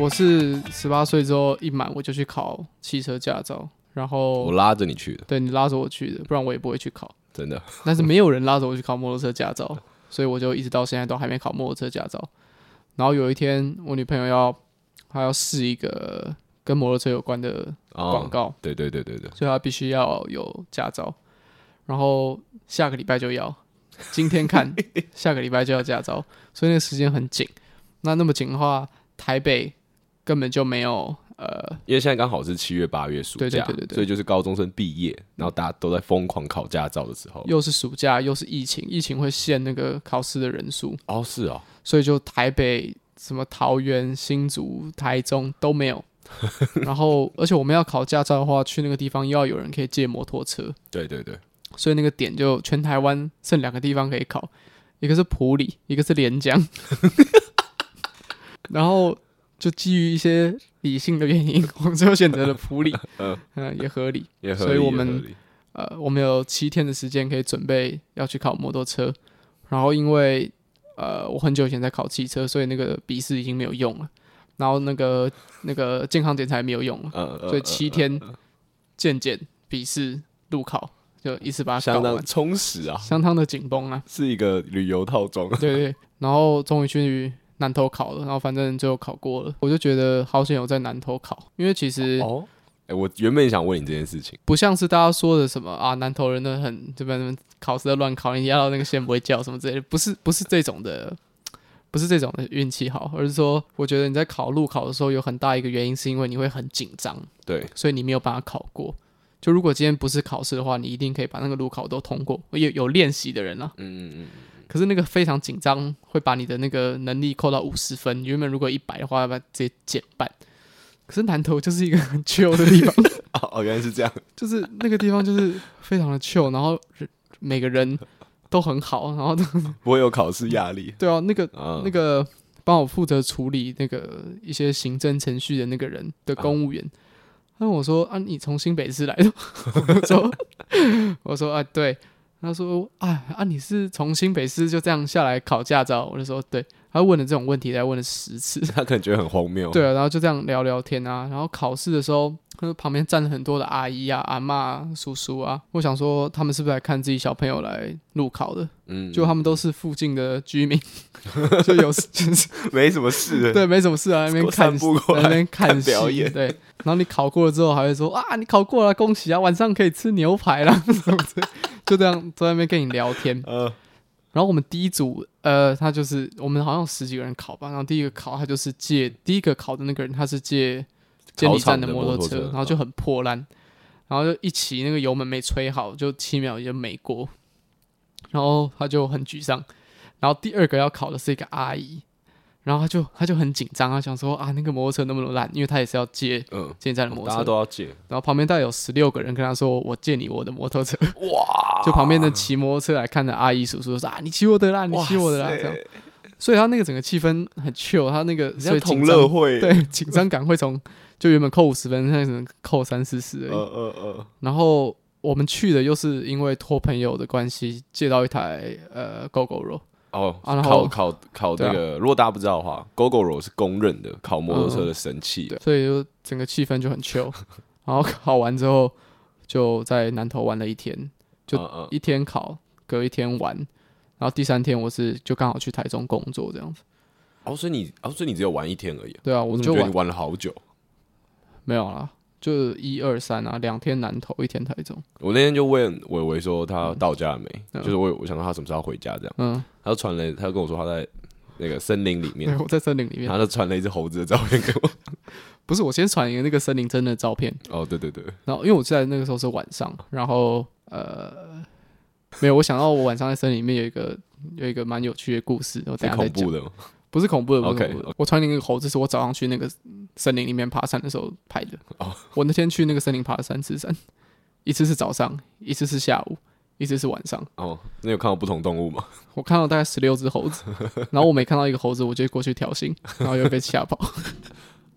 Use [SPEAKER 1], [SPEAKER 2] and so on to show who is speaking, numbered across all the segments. [SPEAKER 1] 我是十八岁之后一满我就去考汽车驾照，然
[SPEAKER 2] 我
[SPEAKER 1] 后
[SPEAKER 2] 拉着你去的，
[SPEAKER 1] 对你拉着我去的，不然我也不会去考。
[SPEAKER 2] 真的。
[SPEAKER 1] 但是没有人拉着我去考摩托车驾照，所以我就一直到现在都还没考摩托车驾照。然后有一天，我女朋友要她要试一个跟摩托车有关的广
[SPEAKER 2] 哦，
[SPEAKER 1] 告，
[SPEAKER 2] 对对对对对，
[SPEAKER 1] 所以她必须要有驾照。然后下个礼拜就要，今天看下个礼拜就要驾照，所以那个时间很紧。那那么紧的话，台北根本就没有呃，
[SPEAKER 2] 因为现在刚好是七月八月暑假，
[SPEAKER 1] 对对对对对
[SPEAKER 2] 所以就是高中生毕业，然后大家都在疯狂考驾照的时候。
[SPEAKER 1] 又是暑假又是疫情，疫情会限那个考试的人数，
[SPEAKER 2] 哦，是哦，
[SPEAKER 1] 所以就台北、什么桃园、新竹、台中都没有。然后，而且我们要考驾照的话，去那个地方又要有人可以借摩托车，
[SPEAKER 2] 对对对，
[SPEAKER 1] 所以那个点就全台湾剩两个地方可以考，一个是普里，一个是连江。 然后就基于一些理性的原因，我们最后选择了普里，
[SPEAKER 2] 嗯
[SPEAKER 1] 嗯、也合理。
[SPEAKER 2] 也合理。
[SPEAKER 1] 所以我
[SPEAKER 2] 也合
[SPEAKER 1] 们
[SPEAKER 2] 理
[SPEAKER 1] 呃，我们有七天的时间可以准备要去考摩托车，然后因为呃我很久以前在考汽车，所以那个笔试已经没有用了，然后那个那个健康检查也没有用了，
[SPEAKER 2] 嗯，嗯
[SPEAKER 1] 所以
[SPEAKER 2] 嗯
[SPEAKER 1] 七天健检、笔试、路考就一次把它搞
[SPEAKER 2] 相
[SPEAKER 1] 完
[SPEAKER 2] 当，充实啊，
[SPEAKER 1] 相当的紧绷啊，
[SPEAKER 2] 是一个旅游套装。
[SPEAKER 1] 对对，然后终于去南投考了，然后反正最后考过了，我就觉得好险有在南投考，因为其实
[SPEAKER 2] 哦，哎，我原本想问你这件事情，
[SPEAKER 1] 不像是大家说的什么啊，南投人都很这边考试都乱考，你压到那个线不会叫什么之类的，不是不是这种的，不是这种的运气好，而是说我觉得你在考路考的时候有很大一个原因是因为你会很紧张，
[SPEAKER 2] 对，
[SPEAKER 1] 所以你没有办法考过。就如果今天不是考试的话，你一定可以把那个路考都通过，有有练习的人啊。
[SPEAKER 2] 嗯嗯嗯，
[SPEAKER 1] 可是那个非常紧张，会把你的那个能力扣到五十分，原本如果一百的话，要把它直接减半。可是南投就是一个很 chill 的地方，
[SPEAKER 2] 哦哦，原来是这样，
[SPEAKER 1] 就是那个地方就是非常的 chill，然后人每个人都很好，然后都
[SPEAKER 2] 不会有考试压力
[SPEAKER 1] 对啊，那个
[SPEAKER 2] 啊
[SPEAKER 1] 那。个帮我负责处理那个一些行政程序的那个人的公务员，他问我说啊，你从新北市来的？ 我说我说啊，对。他说啊啊，你是从新北市就这样下来考驾照？我就说对。他问了这种问题，大概问了十次。
[SPEAKER 2] 他可能觉得很荒谬，
[SPEAKER 1] 对啊，然后就这样聊聊天啊，然后考试的时候，呃旁边站了很多的阿姨啊、阿嬷啊、叔叔啊，我想说他们是不是来看自己小朋友来路考的？
[SPEAKER 2] 嗯，
[SPEAKER 1] 就他们都是附近的居 民，就有就是
[SPEAKER 2] 没什么事，
[SPEAKER 1] 对没什么事啊，在那边看
[SPEAKER 2] 散步过来
[SPEAKER 1] 在那边看
[SPEAKER 2] 看
[SPEAKER 1] 戏
[SPEAKER 2] 表演
[SPEAKER 1] 对，然后你考过了之后还会说啊，你考过了，恭喜啊，晚上可以吃牛排啦，什么之类就这样在那边跟你聊天。
[SPEAKER 2] 呃，
[SPEAKER 1] 然后我们第一组，呃，他就是我们好像有十几个人考吧，然后第一个考他就是借第一个考的那个人，他是借监理站
[SPEAKER 2] 考场的
[SPEAKER 1] 摩托
[SPEAKER 2] 摩托车
[SPEAKER 1] 然后就很破烂，然后就一骑那个油门没吹好，就七秒就没过，然后他就很沮丧。然后第二个要考的是一个阿姨，然后他就 他就很紧张，他想说啊，那个摩托车那么烂，因为他也是要借
[SPEAKER 2] 嗯，
[SPEAKER 1] 监理站的摩
[SPEAKER 2] 大
[SPEAKER 1] 托
[SPEAKER 2] 家
[SPEAKER 1] 车，
[SPEAKER 2] 都要借，
[SPEAKER 1] 然后旁边大概有十六个人跟他说，我借你我的摩托车。
[SPEAKER 2] 哇，
[SPEAKER 1] 就旁边的骑摩托车来看的阿姨叔叔说啊，你骑我的啦，你骑我的啦，
[SPEAKER 2] 哇塞
[SPEAKER 1] 这样。所以他那个整个气氛很 chill，他那个
[SPEAKER 2] 你
[SPEAKER 1] 所以
[SPEAKER 2] 像
[SPEAKER 1] 紧
[SPEAKER 2] 同乐
[SPEAKER 1] 张
[SPEAKER 2] 会，
[SPEAKER 1] 对紧张感会从 就原本扣五十分，现在只能扣三四十
[SPEAKER 2] 呃，
[SPEAKER 1] 而已。
[SPEAKER 2] 呃呃
[SPEAKER 1] 然后我们去的又是因为托朋友的关系借到一台呃 GoGo 肉，
[SPEAKER 2] 哦，
[SPEAKER 1] 啊然
[SPEAKER 2] 考
[SPEAKER 1] 后
[SPEAKER 2] 考考
[SPEAKER 1] 对
[SPEAKER 2] 那
[SPEAKER 1] 啊嗯
[SPEAKER 2] 个，如果大家不知道的话，GoGoRo 是公认的考摩托车的神器
[SPEAKER 1] 对，，所以就整个气氛就很 chill。然后考完之后就在南头玩了一天，就
[SPEAKER 2] 嗯
[SPEAKER 1] 一天考，隔一天玩，然后第三天我是就刚好去台中工作这样子。
[SPEAKER 2] 哦，所以你哦，所以你只有玩一天而已啊，
[SPEAKER 1] 对啊，我
[SPEAKER 2] 我怎
[SPEAKER 1] 就
[SPEAKER 2] 么觉得
[SPEAKER 1] 玩
[SPEAKER 2] 你玩了好久。
[SPEAKER 1] 没有啦，就一二三啊，两天南投，一天台中。
[SPEAKER 2] 我那天就问伟伟说他到家了没，
[SPEAKER 1] 嗯
[SPEAKER 2] 就是我我想到他什么时候要回家这样，
[SPEAKER 1] 嗯，
[SPEAKER 2] 他就传了，他就跟我说他在那个森林里面
[SPEAKER 1] 对，，我在森林里面
[SPEAKER 2] 然。后他就传了一只猴子的照片给我。
[SPEAKER 1] 不是，我先传一个那个森林真的照片，
[SPEAKER 2] 哦，对对对，
[SPEAKER 1] 然后因为我记得那个时候是晚上，然后呃，没有，我想到我晚上在森林里面有一个 有一个蛮有趣的故事，我
[SPEAKER 2] 是
[SPEAKER 1] 等一下再
[SPEAKER 2] 恐
[SPEAKER 1] 讲
[SPEAKER 2] 怖。的吗，
[SPEAKER 1] 不是恐怖的，不是
[SPEAKER 2] OK，
[SPEAKER 1] 恐怖的。我传那个猴子是我早上去那个森林里面爬山的时候拍的。
[SPEAKER 2] 哦
[SPEAKER 1] 我那天去那个森林爬了三次山，一次是早上，一次是下午，一次是晚上。
[SPEAKER 2] 哦，那有看到不同动物吗？
[SPEAKER 1] 我看到大概十六只猴子，然后我每看到一个猴子，我就过去挑衅，然后又被吓跑，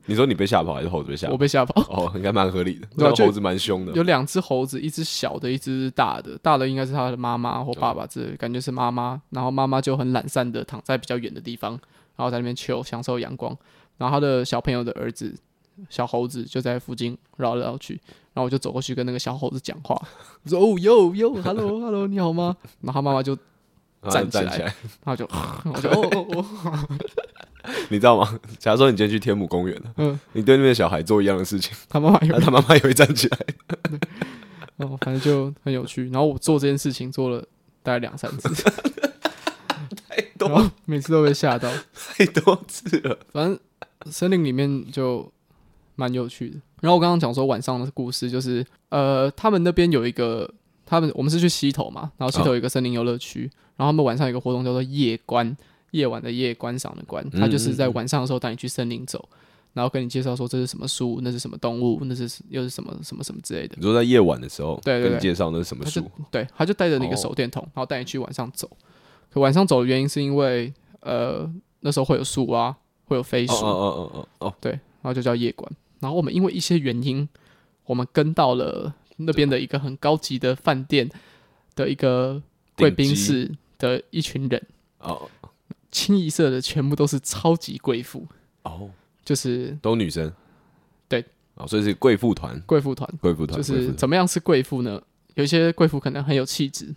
[SPEAKER 2] 你说你被吓跑还是猴子被 吓
[SPEAKER 1] 我
[SPEAKER 2] 跑？嗯
[SPEAKER 1] 被吓跑。
[SPEAKER 2] 哦，应该蛮合理的，
[SPEAKER 1] 对啊
[SPEAKER 2] 那
[SPEAKER 1] 就
[SPEAKER 2] 猴子蛮凶的。
[SPEAKER 1] 有两只猴子，一只小的，一只大的。大的应该是它的妈妈或爸爸之类的，感觉是妈妈。然后妈妈就很懒散的躺在比较远的地方，然后在那边 chill 享受阳光。然后他的小朋友的儿子小猴子就在附近绕来绕去，然后我就走过去跟那个小猴子讲话， 我说哦哟哟，hello hello，你好吗？然后他妈妈就，
[SPEAKER 2] 然后他
[SPEAKER 1] 站
[SPEAKER 2] 就
[SPEAKER 1] 起
[SPEAKER 2] 站起来，
[SPEAKER 1] 他就， 我就哦哦哦，
[SPEAKER 2] 你知道吗？假如说你今天去天母公园了，
[SPEAKER 1] 嗯
[SPEAKER 2] 你对那边的小孩做一样的事情，
[SPEAKER 1] 他妈妈有
[SPEAKER 2] 那，他妈妈也会站起来。
[SPEAKER 1] 哦，反正就很有趣。然后我做这件事情做了大概两三次，
[SPEAKER 2] 太
[SPEAKER 1] 然
[SPEAKER 2] 多
[SPEAKER 1] 后每次都被吓到。
[SPEAKER 2] 太多次了，
[SPEAKER 1] 反正森林里面就蛮有趣的。然后我刚刚讲说晚上的故事，就是呃，他们那边有一个，他们我们是去溪头嘛，然后溪头有一个森林游乐区，然后他们晚上有一个活动叫做夜观，夜晚的夜，观赏的观，
[SPEAKER 2] 嗯
[SPEAKER 1] 他就是在晚上的时候带你去森林走，然后跟你介绍说这是什么树，那是什么动物，那是又是什么什么什么之类的。
[SPEAKER 2] 你说在夜晚的时候，
[SPEAKER 1] 对对对
[SPEAKER 2] 跟你介绍那是什么
[SPEAKER 1] 他就
[SPEAKER 2] 树？
[SPEAKER 1] 对，他就带着你一
[SPEAKER 2] 哦
[SPEAKER 1] 个手电筒，然后带你去晚上走。可晚上走的原因是因为呃那时候会有树啊，会有飞
[SPEAKER 2] 哦
[SPEAKER 1] 鼠，
[SPEAKER 2] 哦哦哦哦哦，
[SPEAKER 1] 对，然后就叫夜馆。然后我们因为一些原因，我们跟到了那边的一个很高级的饭店的一个贵宾
[SPEAKER 2] 顶级
[SPEAKER 1] 室的一群人，
[SPEAKER 2] 哦
[SPEAKER 1] 清一色的全部都是超级贵妇，
[SPEAKER 2] 哦，
[SPEAKER 1] 就是
[SPEAKER 2] 都女生，
[SPEAKER 1] 对，
[SPEAKER 2] 哦，所以是贵妇团，
[SPEAKER 1] 贵妇团。
[SPEAKER 2] 贵妇团，
[SPEAKER 1] 就
[SPEAKER 2] 啊贵妇
[SPEAKER 1] 是
[SPEAKER 2] 团
[SPEAKER 1] 怎么样是贵妇呢？有一些贵妇可能很有气质，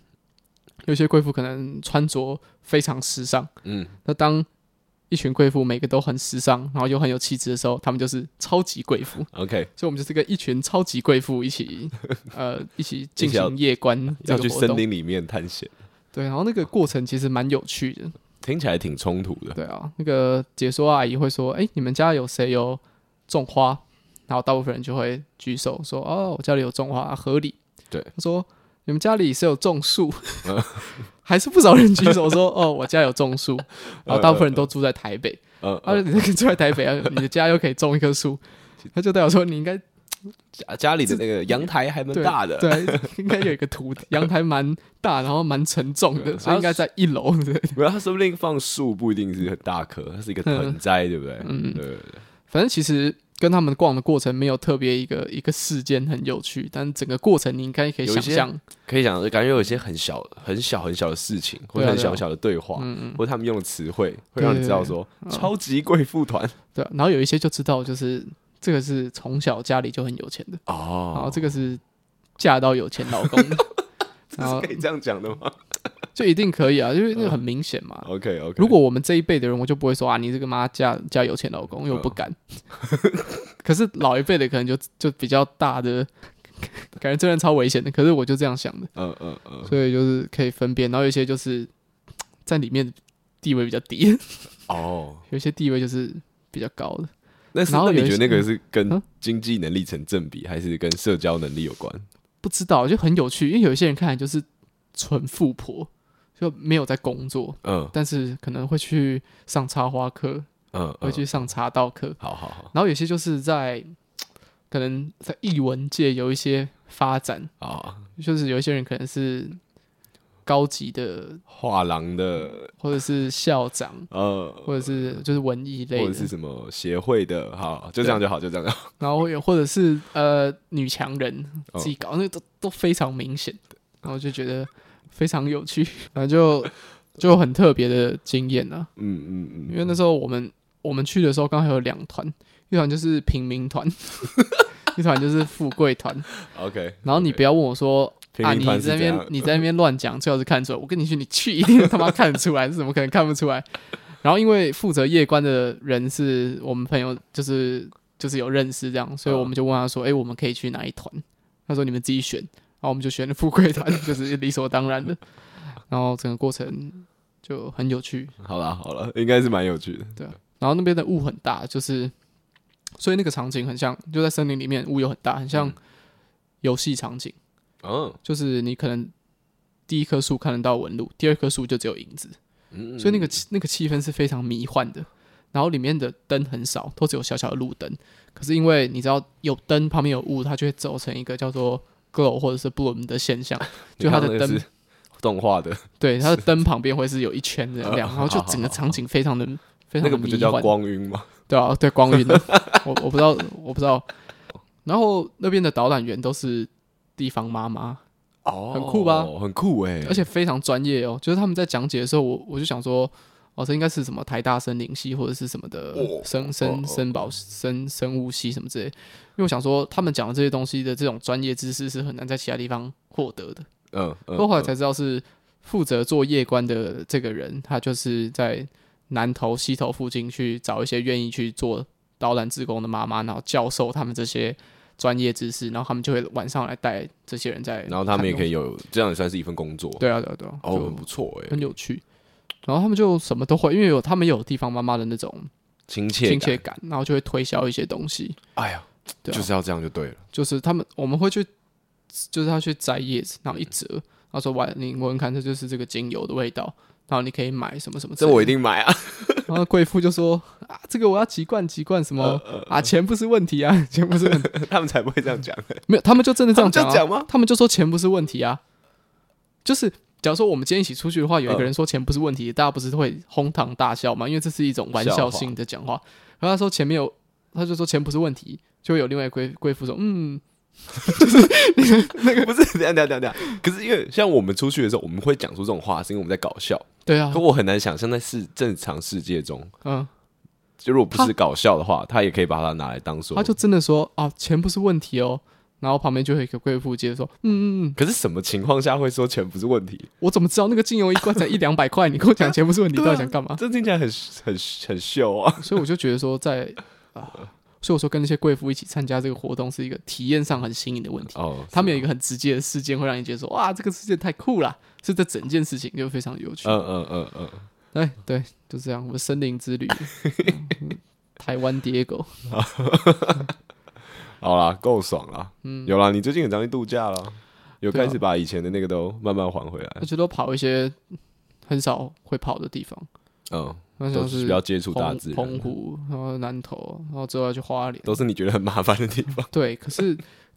[SPEAKER 1] 有些贵妇可能穿着非常时尚。
[SPEAKER 2] 嗯，
[SPEAKER 1] 那当一群贵妇每个都很时尚，然后又很有气质的时候，她们就是超级贵妇。
[SPEAKER 2] OK，
[SPEAKER 1] 所以我们就是跟一群超级贵妇一起，呃，一起进
[SPEAKER 2] 一起要
[SPEAKER 1] 行夜观这
[SPEAKER 2] 要
[SPEAKER 1] 个
[SPEAKER 2] 去
[SPEAKER 1] 活
[SPEAKER 2] 森
[SPEAKER 1] 动。
[SPEAKER 2] 林里面探险，
[SPEAKER 1] 对，然后那个过程其实蛮有趣的。
[SPEAKER 2] 听起来挺冲突的。
[SPEAKER 1] 对啊，那个解说阿姨会说：“哎、你们家有谁有种花？”然后大部分人就会举手说：“哦，我家里有种花，啊合理。”
[SPEAKER 2] 对嗯
[SPEAKER 1] 她说：“你们家里是有种树？” 还是不少人举手说：“哦，我家有种树。”
[SPEAKER 2] 嗯
[SPEAKER 1] 然后大部分人都住在台北。
[SPEAKER 2] 呃，
[SPEAKER 1] 啊，你住在台北，啊你的家又可以种一棵树，他就代表说你应该
[SPEAKER 2] 家家里的那个阳台还蛮
[SPEAKER 1] 对
[SPEAKER 2] 大的，
[SPEAKER 1] 对，应该有一个土地，阳台蛮大，然后蛮沉重的，
[SPEAKER 2] 对
[SPEAKER 1] 所以应该在一楼。对
[SPEAKER 2] 没有，它说不定放树不一定是很大棵，它是一个盆栽，对不对？
[SPEAKER 1] 嗯
[SPEAKER 2] 对对对
[SPEAKER 1] 反正其实跟他们逛的过程没有特别一个一个事件很有趣，但整个过程你应该可以
[SPEAKER 2] 有一
[SPEAKER 1] 想
[SPEAKER 2] 些
[SPEAKER 1] 象，
[SPEAKER 2] 可以讲，感觉有一些很小、很小、很小的事情，或
[SPEAKER 1] 对
[SPEAKER 2] 者
[SPEAKER 1] 啊
[SPEAKER 2] 很小很小的对话，
[SPEAKER 1] 嗯嗯，
[SPEAKER 2] 或者他们用的词汇，会
[SPEAKER 1] 对嗯
[SPEAKER 2] 让你知道说超级贵妇团
[SPEAKER 1] 对啊、然后有一些就知道，就是这个是从小家里就很有钱的，然后
[SPEAKER 2] 哦，
[SPEAKER 1] 这个是嫁到有钱老 公的，
[SPEAKER 2] 这
[SPEAKER 1] 然
[SPEAKER 2] 是
[SPEAKER 1] 后
[SPEAKER 2] 可以这样讲的吗
[SPEAKER 1] 就一定可以啊，因为那个很明显嘛。
[SPEAKER 2] 哦？OK OK，
[SPEAKER 1] 如果我们这一辈的人，我就不会说啊，你这个妈嫁嫁有钱老公，因为我不 敢。可是老一辈的可能就就比较大的，感觉这人超危险的。可是我就这样想的，
[SPEAKER 2] 嗯嗯嗯，
[SPEAKER 1] 所以就是可以分辨。然后有一些就是在里面地位比较低，
[SPEAKER 2] 哦，
[SPEAKER 1] 有一些地位就是比较高的，
[SPEAKER 2] 那是
[SPEAKER 1] 然后
[SPEAKER 2] 那
[SPEAKER 1] 有
[SPEAKER 2] 你
[SPEAKER 1] 一
[SPEAKER 2] 觉得那个是跟
[SPEAKER 1] 嗯
[SPEAKER 2] 经济能力成正比，还是跟社交能力有关？
[SPEAKER 1] 不知道就很有趣。因为有一些人看来就是纯富婆，就没有在工作，
[SPEAKER 2] 嗯
[SPEAKER 1] 但是可能会去上插花课，
[SPEAKER 2] 嗯，
[SPEAKER 1] 会
[SPEAKER 2] 嗯
[SPEAKER 1] 去上茶道课，
[SPEAKER 2] 好好好
[SPEAKER 1] 然后有些就是在可能在艺文界有一些发展，
[SPEAKER 2] 啊，
[SPEAKER 1] 就是有一些人可能是高级的，
[SPEAKER 2] 画廊的
[SPEAKER 1] 或者是校长，
[SPEAKER 2] 呃。
[SPEAKER 1] 或者是就是文艺类
[SPEAKER 2] 或者
[SPEAKER 1] 的
[SPEAKER 2] 是，什么协会的，好，就这样就好，就这样就好。
[SPEAKER 1] 然后有或者是呃女强人
[SPEAKER 2] 哦
[SPEAKER 1] 自己搞，那都都非常明显的，然后就觉得非常有趣，反正就就很特别的经验啊。
[SPEAKER 2] 嗯嗯嗯，
[SPEAKER 1] 因为那时候我们我们去的时候刚好有两团，一团就是平民团， 一团就是富贵团，
[SPEAKER 2] OK，
[SPEAKER 1] 然后你
[SPEAKER 2] OK
[SPEAKER 1] 不要问我说
[SPEAKER 2] 平
[SPEAKER 1] 啊，
[SPEAKER 2] 民
[SPEAKER 1] 你
[SPEAKER 2] 团是
[SPEAKER 1] 在那
[SPEAKER 2] 怎样
[SPEAKER 1] 边你在那边乱讲，最好是看出来。我跟你去，你去一定他妈看得出来，是怎么可能看不出来？ 然后因为负责夜观的人是我们朋友，就是就是有认识这样，所以
[SPEAKER 2] 嗯
[SPEAKER 1] 我们就问他说：“哎、我们可以去哪一团？”他说：“你们自己选。”然后我们就选了富贵团，就是理所当然的。然后整个过程就很有趣，
[SPEAKER 2] 好啦好啦，应该是蛮有趣的。
[SPEAKER 1] 然后那边的雾很大，就是所以那个场景很像，就在森林里面雾又很大，很像
[SPEAKER 2] 嗯
[SPEAKER 1] 游戏场景。
[SPEAKER 2] 嗯
[SPEAKER 1] 就是你可能第一棵树看得到纹路，第二棵树就只有影子，
[SPEAKER 2] 嗯，
[SPEAKER 1] 所以那个气那个气氛是非常迷幻的。然后里面的灯很少，都只有小小的路灯。可是因为你知道有灯旁边有雾，它就会走成一个叫做 glow 或者是 bloom 的现 象。就它的
[SPEAKER 2] 你看那个
[SPEAKER 1] 灯
[SPEAKER 2] 是 动画的，
[SPEAKER 1] 对，它的灯旁边会是有一圈的 亮，然后就整个场景非常的非
[SPEAKER 2] 那
[SPEAKER 1] 常的
[SPEAKER 2] 个不
[SPEAKER 1] 迷
[SPEAKER 2] 就叫
[SPEAKER 1] 幻。
[SPEAKER 2] 光晕吗？
[SPEAKER 1] 对啊，对光 晕的，我我不知道，我不知道。然后那边的导览员都是地方妈妈，
[SPEAKER 2] 哦
[SPEAKER 1] 很酷吧？
[SPEAKER 2] 很酷哎，
[SPEAKER 1] 哦而且非常专业哦。就是他们在讲解的时候，我我就想说，哦，这应该是什么台大森林系或者是什么的
[SPEAKER 2] 哦
[SPEAKER 1] 生
[SPEAKER 2] 哦
[SPEAKER 1] 生
[SPEAKER 2] 哦
[SPEAKER 1] 生保生生物系什么之类的，因为我想说他们讲的这些东西的这种专业知识是很难在其他地方获得的。
[SPEAKER 2] 嗯嗯，
[SPEAKER 1] 我后来
[SPEAKER 2] 嗯
[SPEAKER 1] 才知道是负责做夜观的这个人，他就是在南投、西头附近去找一些愿意去做导览志工的妈妈，然后教授他们这些专业知识，然后他们就会晚上来带这些人在，
[SPEAKER 2] 然后他们也可以
[SPEAKER 1] 有
[SPEAKER 2] 有，这样也算是一份工作。，
[SPEAKER 1] 对啊对啊对啊，
[SPEAKER 2] 哦，
[SPEAKER 1] 就
[SPEAKER 2] 很不错哎，
[SPEAKER 1] 很有趣。然后他们就什么都会，因为有他们有地方妈妈的那种
[SPEAKER 2] 亲切
[SPEAKER 1] 亲
[SPEAKER 2] 感
[SPEAKER 1] 切感，然后就会推销一些东西。
[SPEAKER 2] 哎呀，
[SPEAKER 1] 对啊
[SPEAKER 2] 就是要这样就对了。
[SPEAKER 1] 就是他们我们会去，就是他去摘叶子，然后一折，然后说哇，你闻闻看，这就是这个精油的味道，然后你可以买什么什么之
[SPEAKER 2] 这
[SPEAKER 1] 类的。
[SPEAKER 2] 我一定买啊！
[SPEAKER 1] 然后贵妇就说啊，这个我要几罐几罐什
[SPEAKER 2] 呃
[SPEAKER 1] 么啊，钱不是问题啊，钱不是问题，
[SPEAKER 2] 他们才不会这样讲，
[SPEAKER 1] 没有，他们就 真的这样
[SPEAKER 2] 这
[SPEAKER 1] 讲、
[SPEAKER 2] 样
[SPEAKER 1] 啊，
[SPEAKER 2] 讲吗？
[SPEAKER 1] 他们就说钱不是问题啊，就是。假如说我们今天一起出去的话，有一个人说钱不是问
[SPEAKER 2] 嗯
[SPEAKER 1] 题，大家不是会哄堂大笑嘛？因为这是一种玩笑性的讲话。然后他说钱没有，他就说钱不是问题，就会有另外一个贵贵妇说嗯，
[SPEAKER 2] 那个不是，等 一下等一下等一下。可是因为像我们出去的时候，我们会讲出这种话，是因为我们在搞笑。
[SPEAKER 1] 对啊
[SPEAKER 2] 可，我很难想象在世正常世界中，
[SPEAKER 1] 嗯，
[SPEAKER 2] 就如果不是搞笑的话，他也可以把它拿来当做
[SPEAKER 1] 他。就真的说啊，钱不是问题哦。然后旁边就会有一个贵妇接着说，嗯嗯嗯，
[SPEAKER 2] 可是什么情况下会说钱不是问题？
[SPEAKER 1] 我怎么知道那个精油一罐才一两百 块？你跟我讲钱不是问题，
[SPEAKER 2] 对
[SPEAKER 1] 到
[SPEAKER 2] 啊
[SPEAKER 1] 底想干 嘛？
[SPEAKER 2] 这听起来很很很秀啊！
[SPEAKER 1] 所以我就觉得说在，啊，所以我说跟那些贵妇一起参加这个活动是一个体验上很新颖的问题。
[SPEAKER 2] 哦，
[SPEAKER 1] 他们有一个很直接的事件，会让你觉得说，哇，这个事件太酷了，是这整件事情就非常有趣。
[SPEAKER 2] 嗯嗯嗯嗯
[SPEAKER 1] 对对，就这样，我们森林之 旅，嗯台湾野狗，
[SPEAKER 2] 嗯，好啦，够爽啦。嗯，有啦，你最近很常去度假啦，有
[SPEAKER 1] 对啊
[SPEAKER 2] 开始把以前的那个都慢慢还回来
[SPEAKER 1] 而。且都跑一些很少会跑的地方，
[SPEAKER 2] 嗯，
[SPEAKER 1] 那
[SPEAKER 2] 都
[SPEAKER 1] 像
[SPEAKER 2] 是
[SPEAKER 1] 是
[SPEAKER 2] 比较接触大
[SPEAKER 1] 澎
[SPEAKER 2] 自
[SPEAKER 1] 澎
[SPEAKER 2] 然，
[SPEAKER 1] 湖，然后南投，然后之后要去花莲。
[SPEAKER 2] 都是你觉得很麻烦的地 方。
[SPEAKER 1] 对，可是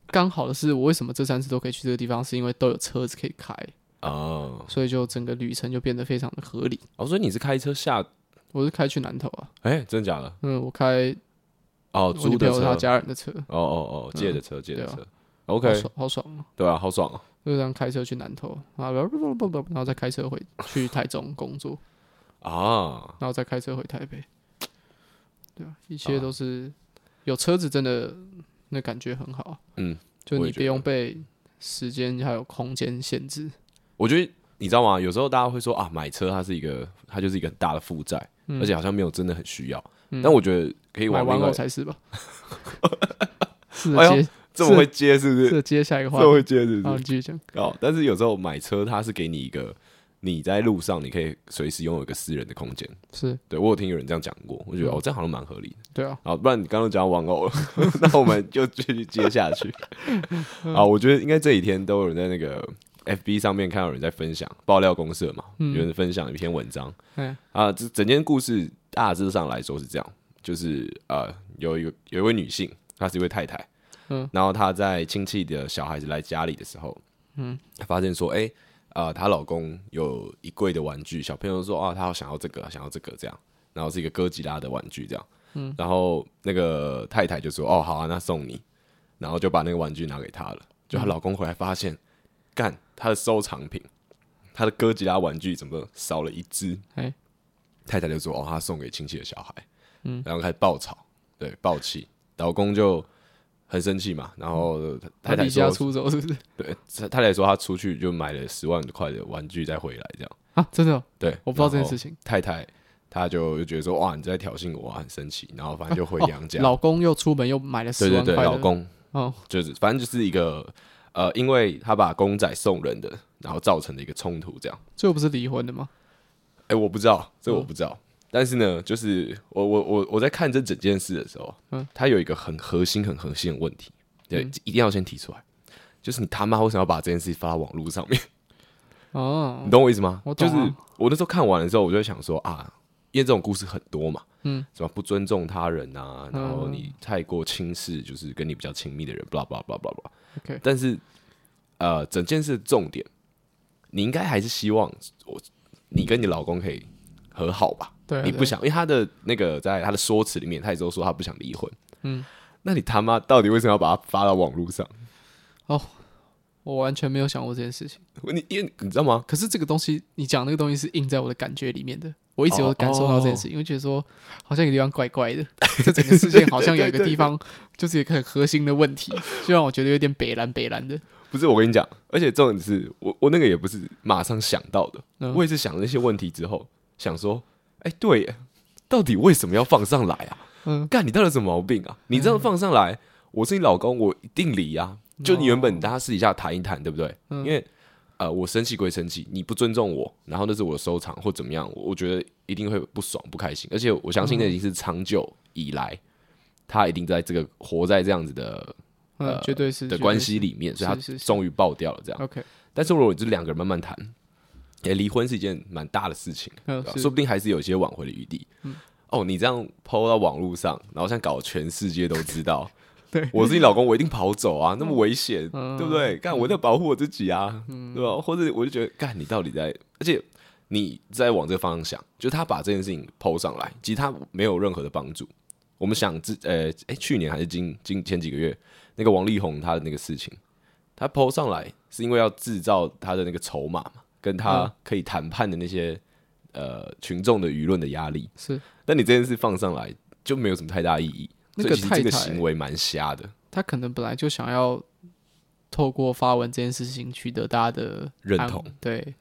[SPEAKER 1] 刚好的是，我为什么这三次都可以去这个地方，是因为都有车子可以开。
[SPEAKER 2] 哦，
[SPEAKER 1] 所以就整个旅程就变得非常的合理。
[SPEAKER 2] 哦，所以你是开车下？
[SPEAKER 1] 我是开去南投啊，
[SPEAKER 2] 哎，真的假的？
[SPEAKER 1] 嗯，我开
[SPEAKER 2] 哦，
[SPEAKER 1] 我
[SPEAKER 2] 租
[SPEAKER 1] 女朋
[SPEAKER 2] 的
[SPEAKER 1] 友
[SPEAKER 2] 车
[SPEAKER 1] 她。家人的车
[SPEAKER 2] 哦哦哦，借的车，借的
[SPEAKER 1] 对啊
[SPEAKER 2] 车。OK，
[SPEAKER 1] 好爽，好爽啊！
[SPEAKER 2] 对啊，好爽哦。
[SPEAKER 1] 就这样开车去南投啊，然后然后再开车回去台中工作，
[SPEAKER 2] 啊，
[SPEAKER 1] 然后再开车回台北。对啊，一切都是有车子真的那感觉很好啊，
[SPEAKER 2] 嗯，
[SPEAKER 1] 就你
[SPEAKER 2] 我也觉
[SPEAKER 1] 不
[SPEAKER 2] 得
[SPEAKER 1] 用被时间还有空间限制。
[SPEAKER 2] 我觉得你知道吗？有时候大家会说啊，买车它是一个，它就是一个很大的负债，而且好像没有真的很需要。
[SPEAKER 1] 嗯
[SPEAKER 2] 但我觉得可以
[SPEAKER 1] 买
[SPEAKER 2] 往
[SPEAKER 1] 完
[SPEAKER 2] 另外
[SPEAKER 1] 后才是 吧？是啊
[SPEAKER 2] 哎呦
[SPEAKER 1] 接
[SPEAKER 2] 这么会接，是不是？
[SPEAKER 1] 是啊接下一个
[SPEAKER 2] 这
[SPEAKER 1] 话
[SPEAKER 2] 么
[SPEAKER 1] 题，
[SPEAKER 2] 会接，是不
[SPEAKER 1] 好，
[SPEAKER 2] 是
[SPEAKER 1] 你？继续讲。
[SPEAKER 2] 哦，但是有时候买车它是给你一个你在路上你可以随时拥有一个私人的空间。
[SPEAKER 1] 是
[SPEAKER 2] 对我有听有人这样讲过，我觉得
[SPEAKER 1] 嗯
[SPEAKER 2] 哦，这样好像蛮合理的。
[SPEAKER 1] 对啊，
[SPEAKER 2] 好，不然你刚刚讲玩偶了， 那我们就继续接下 去。
[SPEAKER 1] 嗯
[SPEAKER 2] 啊，我觉得应该这几天都有人在那个 FB 上面看到有人在分享爆料公社嘛，
[SPEAKER 1] 嗯
[SPEAKER 2] 有人分享一篇文章
[SPEAKER 1] 嗯
[SPEAKER 2] 啊，这整件故事大致上来说是这样，就是呃，有一个有一位女性，她是一位太太，
[SPEAKER 1] 嗯，
[SPEAKER 2] 然后她在亲戚的小孩子来家里的时候，
[SPEAKER 1] 嗯，
[SPEAKER 2] 发现说，哎、啊，她老公有一柜的玩具，小朋友说啊，她好想要这个，想要这个这样，然后是一个哥吉拉的玩具这样。然后那个太太就说：“哦，好啊，那送你。”然后就把那个玩具拿给她了。就她老公回来发现，干她的收藏品，她的哥吉拉玩具怎么少了一只？
[SPEAKER 1] 哎，
[SPEAKER 2] 太太就说：“哦，她送给亲戚的小孩。”嗯，然后开始爆吵，对，爆气，老公就很生气嘛。然后
[SPEAKER 1] 他
[SPEAKER 2] 太
[SPEAKER 1] 离
[SPEAKER 2] 太
[SPEAKER 1] 家
[SPEAKER 2] 嗯说
[SPEAKER 1] 出走是不是？：“
[SPEAKER 2] 对，太太说她出去就买了十万块的玩具再回来，这样。”
[SPEAKER 1] 啊，真的哦、
[SPEAKER 2] 对，
[SPEAKER 1] 我不知道这件
[SPEAKER 2] 然后
[SPEAKER 1] 事情。
[SPEAKER 2] 太太她就就觉得说：“哇，你在挑衅我啊，很生气。”然后反正就回娘家。
[SPEAKER 1] 哦老公又出门又买了
[SPEAKER 2] 对
[SPEAKER 1] 十
[SPEAKER 2] 对
[SPEAKER 1] 万
[SPEAKER 2] 对，
[SPEAKER 1] 块的，
[SPEAKER 2] 老公
[SPEAKER 1] 哦，
[SPEAKER 2] 就是反正就是一个呃，因为他把公仔送人的，然后造成的一个冲突这样。
[SPEAKER 1] 最后不是离婚的吗？
[SPEAKER 2] 哎、我不知道，这
[SPEAKER 1] 嗯
[SPEAKER 2] 我不知道。但是呢，就是我我我我在看这整件事的时候，
[SPEAKER 1] 嗯
[SPEAKER 2] 嗯，它有一个很核心很核心的问题，对，
[SPEAKER 1] 嗯
[SPEAKER 2] 一定要先提出来，就是你他妈为什么要把这件事发到网络上面？
[SPEAKER 1] 哦
[SPEAKER 2] 你，懂我意思吗？
[SPEAKER 1] 我懂
[SPEAKER 2] 就
[SPEAKER 1] 啊
[SPEAKER 2] 是我那时候看完的时候，我就会想说啊，因为这种故事很多嘛，
[SPEAKER 1] 嗯，
[SPEAKER 2] 什么不尊重他人啊，然后
[SPEAKER 1] 嗯
[SPEAKER 2] 你太过轻视就是跟你比较亲密的人，blah blah blah blah blah。
[SPEAKER 1] OK
[SPEAKER 2] 但是呃，整件事的重点，你应该还是希望我你跟你老公可以和好吧？
[SPEAKER 1] 对啊，
[SPEAKER 2] 你
[SPEAKER 1] 对啊
[SPEAKER 2] 不想，因为他的那个在他的说辞里面，他也都说他不想离婚，
[SPEAKER 1] 嗯，
[SPEAKER 2] 那你他妈到底为什么要把它发到网络上？
[SPEAKER 1] 哦我完全没有想过这件事情。
[SPEAKER 2] 你因为你知道吗？
[SPEAKER 1] 可是这个东西，你讲那个东西是印在我的感觉里面的，我一直有感受到这件事
[SPEAKER 2] 哦
[SPEAKER 1] 情，因为觉得说好像有个地方怪怪的，这整个事件好像有一个地方就是一个很核心的问 题，就让我觉得有点北蓝北蓝的。
[SPEAKER 2] 不是我跟你讲，而且重点是我我那个也不是马上想到的，
[SPEAKER 1] 嗯
[SPEAKER 2] 我也是想了那些问题之后，想说，哎、对耶，到底为什么要放上来啊？
[SPEAKER 1] 嗯，
[SPEAKER 2] 干你到底有什么毛病啊？你这样放上来，我是你老公，我一定离
[SPEAKER 1] 哦
[SPEAKER 2] 啊！就你原本大家私底下谈一谈，对不对？
[SPEAKER 1] 嗯
[SPEAKER 2] 因为呃，我生气归生气，你不尊重我，然后那是我的收藏或怎么样，我我觉得一定会不爽不开心，而且我相信那已经是长久以来，他一定在这个活在这样子的
[SPEAKER 1] 嗯，绝对是
[SPEAKER 2] 呃的
[SPEAKER 1] 绝对
[SPEAKER 2] 关
[SPEAKER 1] 是
[SPEAKER 2] 系啊里面，所以
[SPEAKER 1] 是
[SPEAKER 2] 他
[SPEAKER 1] 是是
[SPEAKER 2] 终于爆掉了这样。
[SPEAKER 1] OK，
[SPEAKER 2] 但是如果你是两个人慢慢谈，诶，离婚是一件蛮大的事情，
[SPEAKER 1] 嗯
[SPEAKER 2] 对啊吧
[SPEAKER 1] 是嗯
[SPEAKER 2] 说不定还是有一些挽回的余地。哦，你这样抛到网络上，然后像搞全世界都知道，
[SPEAKER 1] 对嗯
[SPEAKER 2] 我是你老公，我一定跑走啊，那么危险，对不对？干，我在保护我自己啊，对吧？或者我就觉得，干，你到底在，而且你在往这个方向想，就他把这件事情抛上来，其实他没有任何的帮助。我们想之呃，诶，去年还是今今前几个月，那个王力宏他的那个事情，他抛上来是因为要制造他的那个筹码嘛，跟他可以谈判的那些、呃群众的舆论的压力。
[SPEAKER 1] 是
[SPEAKER 2] 但你这件事放上来就没有什么太大意义，
[SPEAKER 1] 那
[SPEAKER 2] 所
[SPEAKER 1] 个
[SPEAKER 2] 以其实这个
[SPEAKER 1] 太太
[SPEAKER 2] 行为蛮瞎的，
[SPEAKER 1] 他可能本来就想要透过发文这件事情取得大家的
[SPEAKER 2] 认
[SPEAKER 1] 安
[SPEAKER 2] 同。嗯
[SPEAKER 1] 对，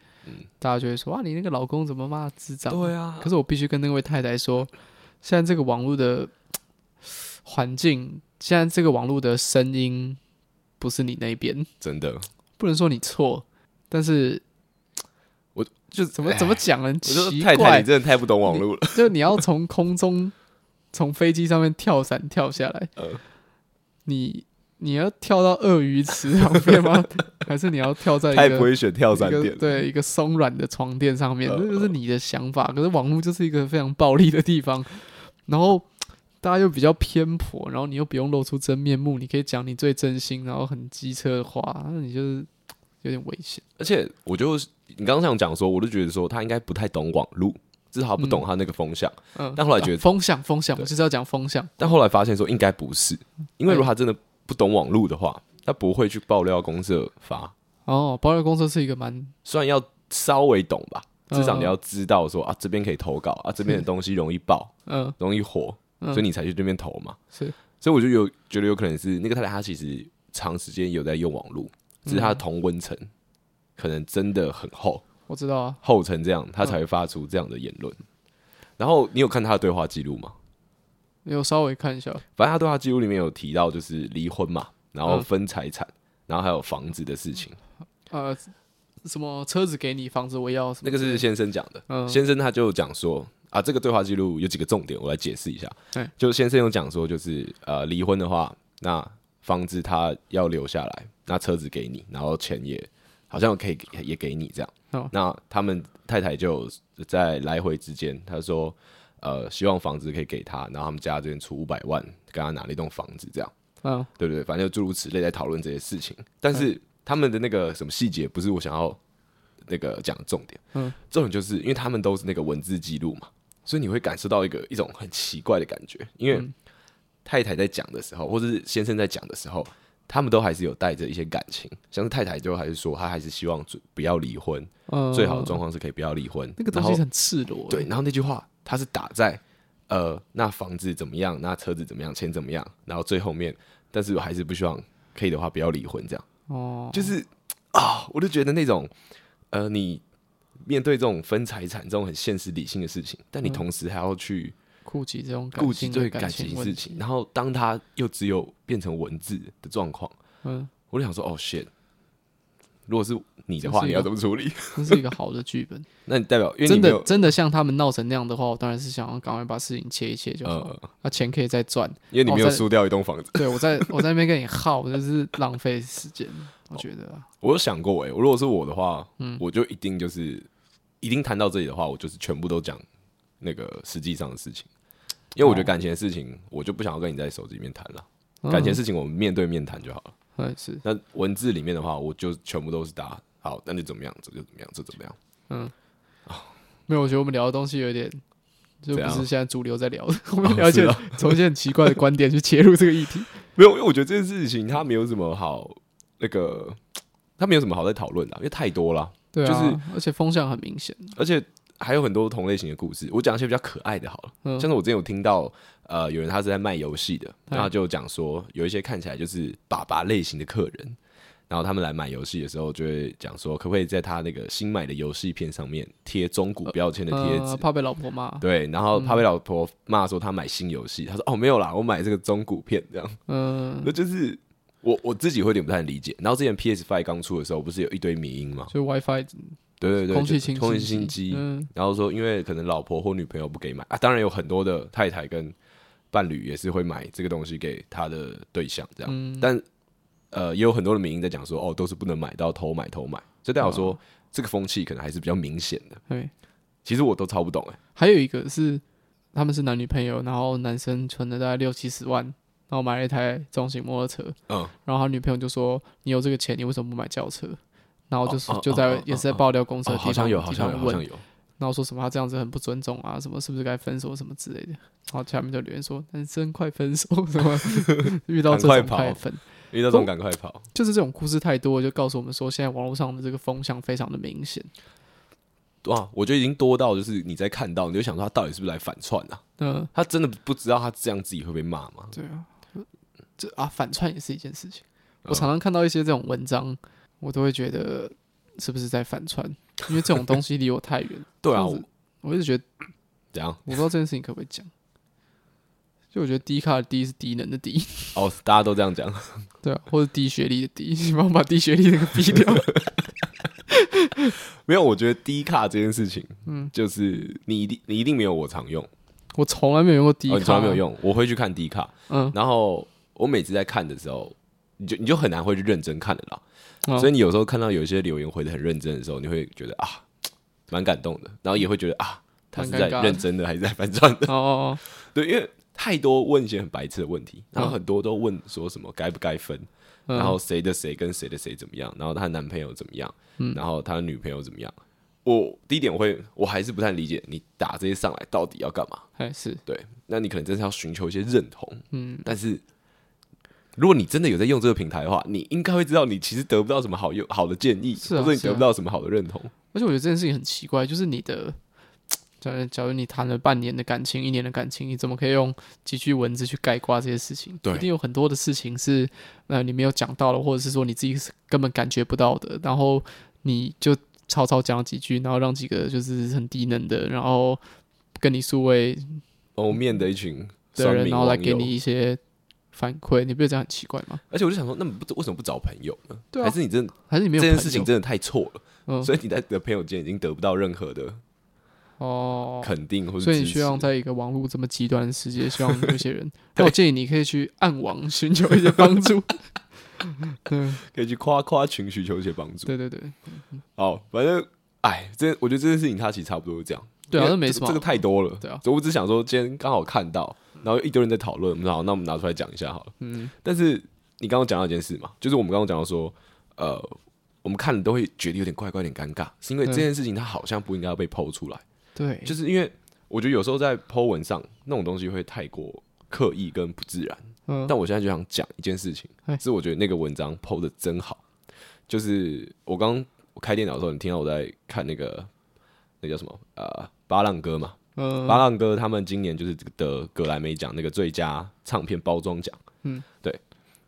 [SPEAKER 1] 大家就会说啊，你那个老公怎么骂智障？
[SPEAKER 2] 对啊，
[SPEAKER 1] 可是我必须跟那位太太说，现在这个网络的环境，现在这个网络的声音不是你那边，
[SPEAKER 2] 真的，
[SPEAKER 1] 不能说你错，但是
[SPEAKER 2] 就
[SPEAKER 1] 怎么
[SPEAKER 2] 哎
[SPEAKER 1] 怎么讲呢？很
[SPEAKER 2] 我说
[SPEAKER 1] 奇怪，
[SPEAKER 2] 太 太，你真的太不懂网络了。
[SPEAKER 1] 就你要从空中 从飞机上面跳伞跳下来，
[SPEAKER 2] 呃
[SPEAKER 1] 你你要跳到鳄鱼池旁边吗？ 还是你要跳在一
[SPEAKER 2] 太不
[SPEAKER 1] 个
[SPEAKER 2] 会选跳伞
[SPEAKER 1] 一个
[SPEAKER 2] 点，
[SPEAKER 1] 对一个松软的床垫上面？
[SPEAKER 2] 呃
[SPEAKER 1] 这就是你的想法。可是网络就是一个非常暴力的地方，然后大家又比较偏颇，然后你又不用露出真面目，你可以讲你最真心，然后很机车的话，那你就是有点危险。
[SPEAKER 2] 而且我就你刚刚想讲说，我就觉得说他应该不太懂网络，至少他不懂他那个风向。
[SPEAKER 1] 嗯，
[SPEAKER 2] 但后来觉得
[SPEAKER 1] 啊风向风向，我就是要讲风向。
[SPEAKER 2] 但后来发现说应该不是，因为如果他真的不懂网络的话，他不会去爆料公社发。
[SPEAKER 1] 哦，保险公司是一个蛮
[SPEAKER 2] 虽然要稍微懂吧，至少
[SPEAKER 1] 嗯
[SPEAKER 2] 你要知道说啊，这边可以投稿啊，这边的东西容易爆，
[SPEAKER 1] 嗯
[SPEAKER 2] 容易火，
[SPEAKER 1] 嗯
[SPEAKER 2] 所以你才去这边投嘛。
[SPEAKER 1] 是
[SPEAKER 2] 所以我就有觉得有可能是那个太太，她其实长时间有在用网络，只是她的同温层可能真的很厚，
[SPEAKER 1] 我知道啊，
[SPEAKER 2] 厚成这样，她才会发出这样的言论。然后你有看她的对话记录吗？
[SPEAKER 1] 有稍微看一下，
[SPEAKER 2] 反正他对话记录里面有提到，就是离婚嘛，然后
[SPEAKER 1] 嗯
[SPEAKER 2] 分财产，然后还有房子的事情。
[SPEAKER 1] 呃，什么车子给你，房子我要，什么
[SPEAKER 2] 那个
[SPEAKER 1] 之
[SPEAKER 2] 是
[SPEAKER 1] 类的
[SPEAKER 2] 先生讲的，
[SPEAKER 1] 嗯
[SPEAKER 2] 先生他就讲说啊，这个对话记录有几个重点，我来解释一下。
[SPEAKER 1] 对
[SPEAKER 2] 就先生有讲说，就是呃，离婚的话，那房子他要留下来，那车子给你，然后钱也好像可以给也给你这样。
[SPEAKER 1] 哦
[SPEAKER 2] 那他们太太就在来回之间，他说呃，希望房子可以给他，然后他们家这边出五百万，跟他拿了一栋房子这样。
[SPEAKER 1] 嗯
[SPEAKER 2] 对不对？反正就诸如此类在讨论这些事情，但是他们的那个什么细节不是我想要那个讲的重点，
[SPEAKER 1] 嗯，
[SPEAKER 2] 重点就是因为他们都是那个文字记录嘛，所以你会感受到一个一种很奇怪的感觉，
[SPEAKER 1] 嗯
[SPEAKER 2] 因为太太在讲的时候，或者是先生在讲的时候，他们都还是有带着一些感情，像是太太就还是说她还是希望最不要离婚，
[SPEAKER 1] 嗯，
[SPEAKER 2] 最好的状况是可以不要离婚，
[SPEAKER 1] 那个东
[SPEAKER 2] 然
[SPEAKER 1] 西
[SPEAKER 2] 后
[SPEAKER 1] 很赤裸，欸
[SPEAKER 2] 对，，然后那句话他是打在呃，那房子怎么样，那车子怎么样，钱怎么样，然后最后面，但是我还是不希望可以的话不要离婚，这样
[SPEAKER 1] 哦，
[SPEAKER 2] 就是啊、我就觉得那种呃，你面对这种分财产这种很现实理性的事情，但你同时还要去
[SPEAKER 1] 顾及这嗯种感
[SPEAKER 2] 顾及
[SPEAKER 1] 性
[SPEAKER 2] 对
[SPEAKER 1] 的
[SPEAKER 2] 感
[SPEAKER 1] 情
[SPEAKER 2] 情
[SPEAKER 1] 问
[SPEAKER 2] 事
[SPEAKER 1] 题
[SPEAKER 2] 情，，然后当他又只有变成文字的状况，
[SPEAKER 1] 嗯，
[SPEAKER 2] 我就想说，哦 shit，如果是你的
[SPEAKER 1] 这
[SPEAKER 2] 话，
[SPEAKER 1] 是
[SPEAKER 2] 你
[SPEAKER 1] 一
[SPEAKER 2] 要
[SPEAKER 1] 个
[SPEAKER 2] 怎么处理？
[SPEAKER 1] 这是一个好的剧本。
[SPEAKER 2] 那你代 表因为你
[SPEAKER 1] 真
[SPEAKER 2] 没
[SPEAKER 1] 的
[SPEAKER 2] 有
[SPEAKER 1] 真的像他们闹成那样的话，我当然是想要赶快把事情切一切就 好，
[SPEAKER 2] 呃，
[SPEAKER 1] 那钱可以再赚。
[SPEAKER 2] 因为你
[SPEAKER 1] 哦
[SPEAKER 2] 没有
[SPEAKER 1] 在
[SPEAKER 2] 输掉一栋房子。
[SPEAKER 1] 对我在我在那边跟你耗， 就是浪费时
[SPEAKER 2] 哦
[SPEAKER 1] 间，我觉得啊
[SPEAKER 2] 我有想过、欸，我如果是我的话，我就一定就是一定谈到这里的话，我就是全部都讲那个实际上的事情，因为我觉得感情的事情，我就不想要跟你在手机里面谈了。感情的事情我们面对面谈就好
[SPEAKER 1] 嗯
[SPEAKER 2] 了。
[SPEAKER 1] 是
[SPEAKER 2] 那文字里面的话，我就全部都是答好，那你怎么样，这就怎么样，这怎么样。
[SPEAKER 1] 没有，我觉得我们聊的东西有点。就
[SPEAKER 2] 怎
[SPEAKER 1] 不
[SPEAKER 2] 样
[SPEAKER 1] 是现在主流在聊的， 我
[SPEAKER 2] 哦
[SPEAKER 1] 们了
[SPEAKER 2] 是
[SPEAKER 1] 解
[SPEAKER 2] 哦
[SPEAKER 1] 从一些很奇怪的观点去切入这个议 题。
[SPEAKER 2] 没有，因为我觉得这件事情它没有什么好那个，它没有什么好在讨论的，因为太多了。
[SPEAKER 1] 对啊，
[SPEAKER 2] 就是
[SPEAKER 1] 而且风向很明显。
[SPEAKER 2] 而且还有很多同类型的故事，我讲一些比较可爱的好了。
[SPEAKER 1] 嗯
[SPEAKER 2] 像是我之前有听到，呃，有人他是在卖游戏的，那他就讲说，有一些看起来就是爸爸类型的客人，然后他们来买游戏的时候，就会讲说，可不可以在他那个新买的游戏片上面贴中古标签的贴纸
[SPEAKER 1] 呃，？嗯怕被老婆骂，
[SPEAKER 2] 对，然后怕被老婆骂说他买新游戏，他说哦没有啦，我买这个中古片这样。
[SPEAKER 1] 嗯，
[SPEAKER 2] 那就是我我自己会有点不太理解。然后之前 PS Five 刚出的时候，不是有一堆迷音吗？
[SPEAKER 1] 就 WiFi
[SPEAKER 2] 对对对，
[SPEAKER 1] 空气
[SPEAKER 2] 就
[SPEAKER 1] 清
[SPEAKER 2] 空气
[SPEAKER 1] 新
[SPEAKER 2] 清机，
[SPEAKER 1] 嗯
[SPEAKER 2] 然后说因为可能老婆或女朋友不给买啊，当然有很多的太太跟伴侣也是会买这个东西给他的对象这样，但呃也有很多的民音在讲说哦都是不能买到偷买偷买，所以代表说、这个风气可能还是比较明显的。
[SPEAKER 1] 对，
[SPEAKER 2] 其实我都超不懂哎、
[SPEAKER 1] 还有一个是他们是男女朋友，然后男生存了大概六七十万，然后买了一台中型摩托车，
[SPEAKER 2] 嗯，
[SPEAKER 1] 然后他女朋友就说：“你有这个钱，你为什么不买轿车？”然后就是、
[SPEAKER 2] 哦哦
[SPEAKER 1] 就在、
[SPEAKER 2] 哦哦
[SPEAKER 1] 也是在爆料公司的地
[SPEAKER 2] 哦
[SPEAKER 1] 方、
[SPEAKER 2] 好像有，好像有，
[SPEAKER 1] 地方
[SPEAKER 2] 好
[SPEAKER 1] 问
[SPEAKER 2] 像有，
[SPEAKER 1] 然后说什么他这样子很不尊重啊，什么是不是该分手什么之类的。然后下面就留言说：“男生快分手，什么 遇到这
[SPEAKER 2] 赶快
[SPEAKER 1] 种
[SPEAKER 2] 跑
[SPEAKER 1] 快分。”
[SPEAKER 2] 遇到这种赶快跑。
[SPEAKER 1] 就是这种故事太多，就告诉我们说，现在网络上的这个风向非常的明显。
[SPEAKER 2] 哇，我觉得已经多到就是你在看到，你就想说他到底是不是来反串啊？
[SPEAKER 1] 嗯，
[SPEAKER 2] 他真的不知道他这样自己会被骂吗？
[SPEAKER 1] 对啊，这啊反串也是一件事情。
[SPEAKER 2] 嗯
[SPEAKER 1] 我常常看到一些这种文章，我都会觉得是不是在反串，因为这种东西离我太远。
[SPEAKER 2] 对
[SPEAKER 1] 这
[SPEAKER 2] 啊，
[SPEAKER 1] 样
[SPEAKER 2] 我
[SPEAKER 1] 子我一直觉得，
[SPEAKER 2] 怎样？
[SPEAKER 1] 我不知道这件事情可不可以讲。就我觉得低卡的低是低能的低，
[SPEAKER 2] 哦，大家都这样讲，
[SPEAKER 1] 对啊，或者低学历的低， 你帮我把低学历那个逼掉。
[SPEAKER 2] 没有，我觉得低卡这件事情，嗯，就是你一定你一定没有我常用，
[SPEAKER 1] 我从来没有用过低
[SPEAKER 2] 哦，
[SPEAKER 1] 卡，
[SPEAKER 2] 你从来没有。用，我会去看低卡，
[SPEAKER 1] 嗯，
[SPEAKER 2] 然后我每次在看的时候，你就你就很难会去认真看的啦，
[SPEAKER 1] 嗯
[SPEAKER 2] 所以你有时候看到有一些留言回的很认真的时候，你会觉得啊，蛮感动的，然后也会觉得啊，他是
[SPEAKER 1] 蛮尴
[SPEAKER 2] 在
[SPEAKER 1] 尬的
[SPEAKER 2] 认真的还是在反转的？
[SPEAKER 1] 哦哦，哦
[SPEAKER 2] 对，因为太多问一些很白痴的问题，然
[SPEAKER 1] 嗯
[SPEAKER 2] 后很多都问说什么该不该分，
[SPEAKER 1] 嗯
[SPEAKER 2] 然后谁的谁跟谁的谁怎么样，然后她男朋友怎么样，
[SPEAKER 1] 嗯
[SPEAKER 2] 然后她女朋友怎么样。我第一点我会，我还是不太理解你打这些上来到底要干嘛？
[SPEAKER 1] 还哦是
[SPEAKER 2] 对，那你可能真是要寻求一些认同，
[SPEAKER 1] 嗯，
[SPEAKER 2] 但是如果你真的有在用这个平台的话，你应该会知道你其实得不到什么好用好的建议，
[SPEAKER 1] 是啊
[SPEAKER 2] 或者你
[SPEAKER 1] 是啊
[SPEAKER 2] 得不到什么好的认同。
[SPEAKER 1] 而且我觉得这件事情很奇怪，就是你的，假如假如你谈了半年的感情、一年的感情，你怎么可以用几句文字去概括这些事情？
[SPEAKER 2] 对
[SPEAKER 1] 一定有很多的事情是呃你没有讲到的，或者是说你自己是根本感觉不到的，然后你就草草讲了几句，然后让几个就是很低能的，然后跟你素位
[SPEAKER 2] 我面的一群
[SPEAKER 1] 的
[SPEAKER 2] 酸
[SPEAKER 1] 人，
[SPEAKER 2] 民
[SPEAKER 1] 然后来
[SPEAKER 2] 网
[SPEAKER 1] 给
[SPEAKER 2] 友
[SPEAKER 1] 你一些反馈，你不觉得这样很奇怪吗？
[SPEAKER 2] 而且我就想说，那你不为什么不找朋友呢？
[SPEAKER 1] 对啊
[SPEAKER 2] 还是你真的
[SPEAKER 1] 还是你没有
[SPEAKER 2] 这件
[SPEAKER 1] 朋
[SPEAKER 2] 事情
[SPEAKER 1] 友
[SPEAKER 2] 真的太错了，
[SPEAKER 1] 嗯
[SPEAKER 2] 所以你在你的朋友间已经得不到任何的
[SPEAKER 1] 哦？
[SPEAKER 2] 肯定或者
[SPEAKER 1] 所以你
[SPEAKER 2] 支
[SPEAKER 1] 希
[SPEAKER 2] 持。
[SPEAKER 1] 望在一个网络这么极端的世界，希望有些 人，那我建议你可以去暗网寻求一些帮助。对
[SPEAKER 2] 可以去夸夸群寻求一些帮助。
[SPEAKER 1] 对对对，
[SPEAKER 2] 好，反正哎，这我觉得这件事情它其实差不多是这样。
[SPEAKER 1] 对啊，
[SPEAKER 2] 因为
[SPEAKER 1] 那没
[SPEAKER 2] 这
[SPEAKER 1] 什么
[SPEAKER 2] 这
[SPEAKER 1] 好。
[SPEAKER 2] 个太多了。
[SPEAKER 1] 对啊
[SPEAKER 2] 所以我只想说，今天刚好看到，然后一堆人在讨论，然后那我们拿出来讲一下好了。
[SPEAKER 1] 嗯，
[SPEAKER 2] 但是你刚刚讲到一件事嘛，就是我们刚刚讲到说，呃，我们看了都会觉得有点怪怪、有点尴尬，是因为这
[SPEAKER 1] 嗯
[SPEAKER 2] 件事情它好像不应该要被剖出来。
[SPEAKER 1] 对，
[SPEAKER 2] 就是因为我觉得有时候在 Po 文上那种东西会太过刻意跟不自然。
[SPEAKER 1] 嗯，
[SPEAKER 2] 但我现在就想讲一件事情
[SPEAKER 1] 哎，
[SPEAKER 2] 是我觉得那个文章 Po 的真好。就是我刚开电脑的时候，你听到我在看那个那叫什么呃巴浪哥嘛，
[SPEAKER 1] 嗯，
[SPEAKER 2] 巴浪哥他们今年就是得格莱美奖那个最佳唱片包装奖，
[SPEAKER 1] 嗯，
[SPEAKER 2] 对。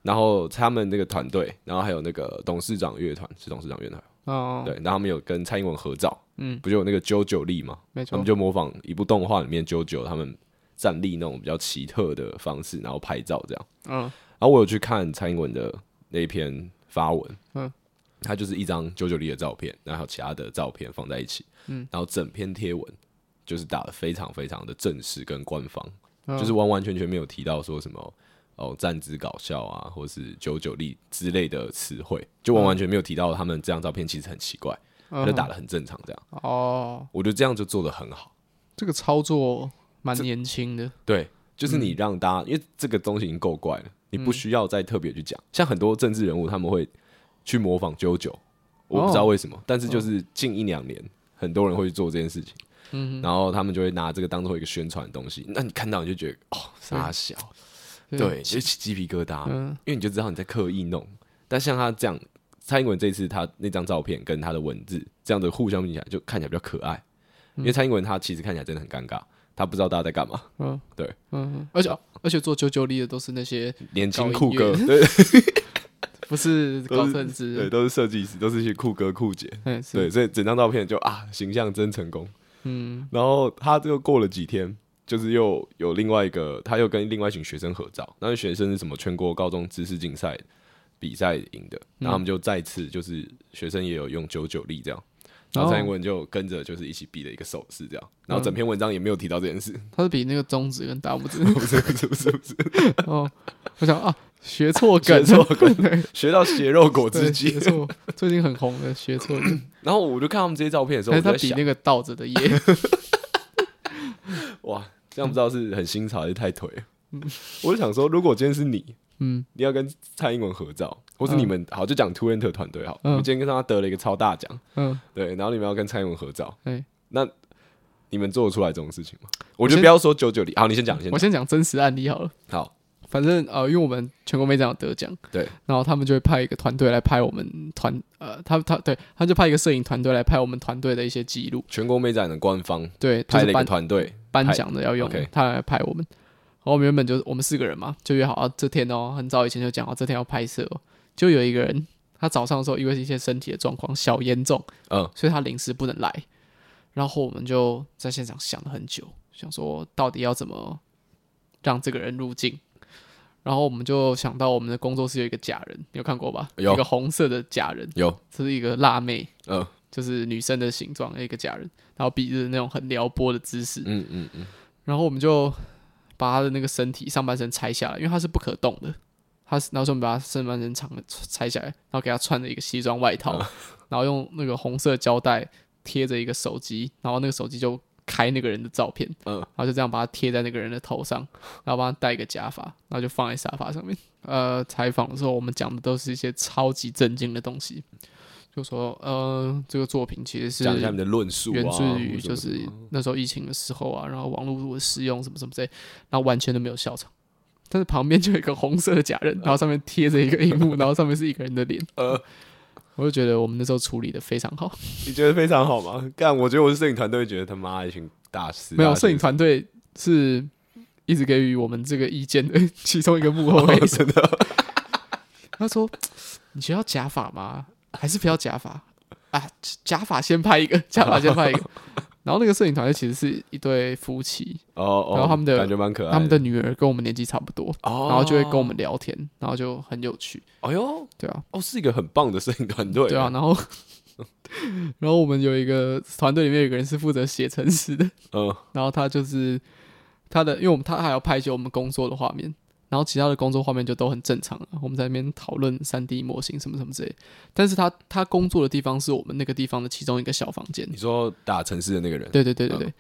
[SPEAKER 2] 然后他们那个团队，然后还有那个董事长乐团，是董事长乐团，
[SPEAKER 1] 哦，
[SPEAKER 2] 对。然后他们有跟蔡英文合照，
[SPEAKER 1] 嗯，
[SPEAKER 2] 不就有那个啾啾力吗？
[SPEAKER 1] 没
[SPEAKER 2] 他
[SPEAKER 1] 错
[SPEAKER 2] 们，就模仿一部动画里面啾啾他们站立那种比较奇特的方式，然后拍照这样。
[SPEAKER 1] 嗯
[SPEAKER 2] 然后我有去看蔡英文的那一篇发文，
[SPEAKER 1] 嗯
[SPEAKER 2] 嗯，它就是一张九九力的照片，然后还有其他的照片放在一起，
[SPEAKER 1] 嗯
[SPEAKER 2] 嗯，然后整篇贴文就是打的非常非常的正式跟官方，
[SPEAKER 1] 嗯
[SPEAKER 2] 就是完完全全没有提到说什么哦站姿搞笑啊，或是九九力之类的词汇，就完完全没有提到他们这张照片其实很奇怪，
[SPEAKER 1] 嗯
[SPEAKER 2] 就打的很正常这样，
[SPEAKER 1] 哦，
[SPEAKER 2] 我觉得这样就做的很好，
[SPEAKER 1] 这个操作蛮年轻的，
[SPEAKER 2] 对。就是
[SPEAKER 1] 嗯
[SPEAKER 2] 你让大家，因为这个东西已经够怪了，你不需要再特别去讲。像很多政治人物，他们会去模仿啾啾，我不
[SPEAKER 1] 哦
[SPEAKER 2] 知道为什么，但是就是近一两年，很多人会去做这件事情，
[SPEAKER 1] 嗯
[SPEAKER 2] 然后他们就会拿这个当做一个宣传的东西。那你看到你就觉得哦，傻小，
[SPEAKER 1] 对
[SPEAKER 2] 对，就起鸡皮疙瘩，
[SPEAKER 1] 嗯
[SPEAKER 2] 因为你就知道你在刻意弄。但像他这样，蔡英文这次他那张照片跟他的文字这样的互相比起来，就看起来比较可爱。因为蔡英文他其实看起来真的很尴尬，他不知道大家在干嘛，
[SPEAKER 1] 嗯，
[SPEAKER 2] 对，
[SPEAKER 1] 嗯，而
[SPEAKER 2] 哦
[SPEAKER 1] 且而且做九九力的都是那 些
[SPEAKER 2] 年轻
[SPEAKER 1] 搞
[SPEAKER 2] 酷
[SPEAKER 1] 音
[SPEAKER 2] 哥，
[SPEAKER 1] 乐
[SPEAKER 2] 对
[SPEAKER 1] 不是
[SPEAKER 2] 都
[SPEAKER 1] 高
[SPEAKER 2] 是
[SPEAKER 1] 层
[SPEAKER 2] 对，
[SPEAKER 1] 次，
[SPEAKER 2] 都是设计师，都是一些酷哥酷姐，
[SPEAKER 1] 嗯，是，
[SPEAKER 2] 对，所以整张照片就啊，形象真成功。
[SPEAKER 1] 嗯
[SPEAKER 2] 然后他就过了几天，就是又有另外一个，他又跟另外一群学生合照。那群学生是什么全国高中知识竞赛比赛赢的，然后他
[SPEAKER 1] 嗯
[SPEAKER 2] 们就再次就是学生也有用九九力这样，然
[SPEAKER 1] 哦
[SPEAKER 2] 后蔡英文就跟着就是一起比了一个手势这样，
[SPEAKER 1] 嗯
[SPEAKER 2] 然后整篇文章也没有提到这 件事，
[SPEAKER 1] 他是比那个中指跟大拇 指
[SPEAKER 2] 不是不是不 是不是，
[SPEAKER 1] 哦，我想啊，学错梗
[SPEAKER 2] 学
[SPEAKER 1] 了，
[SPEAKER 2] 错梗
[SPEAKER 1] 对，
[SPEAKER 2] 学到血肉果汁
[SPEAKER 1] 对，
[SPEAKER 2] 机
[SPEAKER 1] 学。错，最近很红的学错梗，
[SPEAKER 2] 然后我就看他们这些照片的时候，
[SPEAKER 1] 还
[SPEAKER 2] 我
[SPEAKER 1] 是
[SPEAKER 2] 就
[SPEAKER 1] 哎他
[SPEAKER 2] 在
[SPEAKER 1] 比
[SPEAKER 2] 想
[SPEAKER 1] 那，个倒着的耶，
[SPEAKER 2] 哇，这样不知道是很新潮还是太颓了。我就想说，如果今天是你，
[SPEAKER 1] 嗯
[SPEAKER 2] 你要跟蔡英文合照，或是你们、好就讲 Two Enter 团队好，
[SPEAKER 1] 嗯
[SPEAKER 2] 我们今天跟他得了一个超大奖，
[SPEAKER 1] 嗯，
[SPEAKER 2] 对，然后你们要跟蔡英文合照，
[SPEAKER 1] 对，
[SPEAKER 2] 你们做得出来这种事情吗？我觉得
[SPEAKER 1] 先嗯
[SPEAKER 2] 不要说九九零，好，你先讲，你先
[SPEAKER 1] 我
[SPEAKER 2] 讲，
[SPEAKER 1] 先讲真实案例好了。
[SPEAKER 2] 好，
[SPEAKER 1] 反正呃，因为我们全国美展有得奖，
[SPEAKER 2] 对，
[SPEAKER 1] 然后他们就会派一个团队来拍我们团，呃，他他对，他就派一个摄影团队来拍我们团队的一些记录，
[SPEAKER 2] 全国美展的官方
[SPEAKER 1] 对，就
[SPEAKER 2] 拍了
[SPEAKER 1] 是
[SPEAKER 2] 一个
[SPEAKER 1] 颁
[SPEAKER 2] 团队，
[SPEAKER 1] 颁奖的要用
[SPEAKER 2] OK
[SPEAKER 1] 他来拍我们。然后我们原本就我们四个人嘛，就约好、啊、这天哦，很早以前就讲好这天要拍摄、哦，就有一个人他早上的时候因为一些身体的状况小严重，
[SPEAKER 2] 嗯，
[SPEAKER 1] 所以他临时不能来。然后我们就在现场想了很久，想说到底要怎么让这个人入境。然后我们就想到我们的工作室有一个假人，你有看过吧？
[SPEAKER 2] 有
[SPEAKER 1] 一个红色的假人，
[SPEAKER 2] 有，
[SPEAKER 1] 这是一个辣妹，
[SPEAKER 2] 嗯
[SPEAKER 1] 就是女生的形状，一个假人，然后比着那种很撩拨的姿势。
[SPEAKER 2] 嗯嗯嗯，
[SPEAKER 1] 然后我们就把他的那个身体上半身拆下来，因为他是不可动的。他是，然后说我们把他上半身长的拆下来，然后给他穿了一个西装外 套，然后用那个红色胶带贴着一个手机，然后那个手机就开那个人的照片，
[SPEAKER 2] 嗯
[SPEAKER 1] 然后就这样把它贴在那个人的头上，然后帮他戴一个假发，然后就放在沙发上面。呃，采访的时候我们讲的都是一些超级震惊的东西，就说呃，这个作品其实是
[SPEAKER 2] 讲一下你们的论述啊，
[SPEAKER 1] 源自于
[SPEAKER 2] 或者
[SPEAKER 1] 就
[SPEAKER 2] 什么嗯
[SPEAKER 1] 是那时候疫情的时候啊，然后网络的使用什么什么之类，然后完全都没有笑场。但是旁边就有一个红色的假人，然后上面贴着一个荧幕，然后上面是一个人的脸。
[SPEAKER 2] 呃，
[SPEAKER 1] 我就觉得我们那时候处理的非常好，
[SPEAKER 2] 你觉得非常好吗？干，我觉得我是摄影团队，觉得他妈一群大师，
[SPEAKER 1] 没有
[SPEAKER 2] 大学
[SPEAKER 1] 摄影团队是一直给予我们这个意见的 其中一个幕后 黑手。他说：“你觉得要假发吗？还是不要假发啊？假发先拍一个，假发先拍一个。” 然后那个摄影团队其实是一对夫妻，
[SPEAKER 2] 哦哦，
[SPEAKER 1] 然后他们的
[SPEAKER 2] 感觉蛮可爱，
[SPEAKER 1] 他们的，女儿跟我们年纪差不多，
[SPEAKER 2] 哦，
[SPEAKER 1] 然后就会跟我们，聊天，然后就很有趣，
[SPEAKER 2] 哎呦，
[SPEAKER 1] 对啊，
[SPEAKER 2] 哦，是一个很棒的摄影团队，
[SPEAKER 1] 对啊，， 然后然后我们有一个团队里面有一个人是负责写程式的，
[SPEAKER 2] 嗯，
[SPEAKER 1] 然后他就是他的，因为我们他还要拍一些我们工作的画面，然后其他的工作画面就都很正常了，我们在那边讨论三 D 模型什么什么之类，但是他他工作的地方是我们那个地方的其中一个小房间，
[SPEAKER 2] 你说打城市的那个人，
[SPEAKER 1] 对对对对对。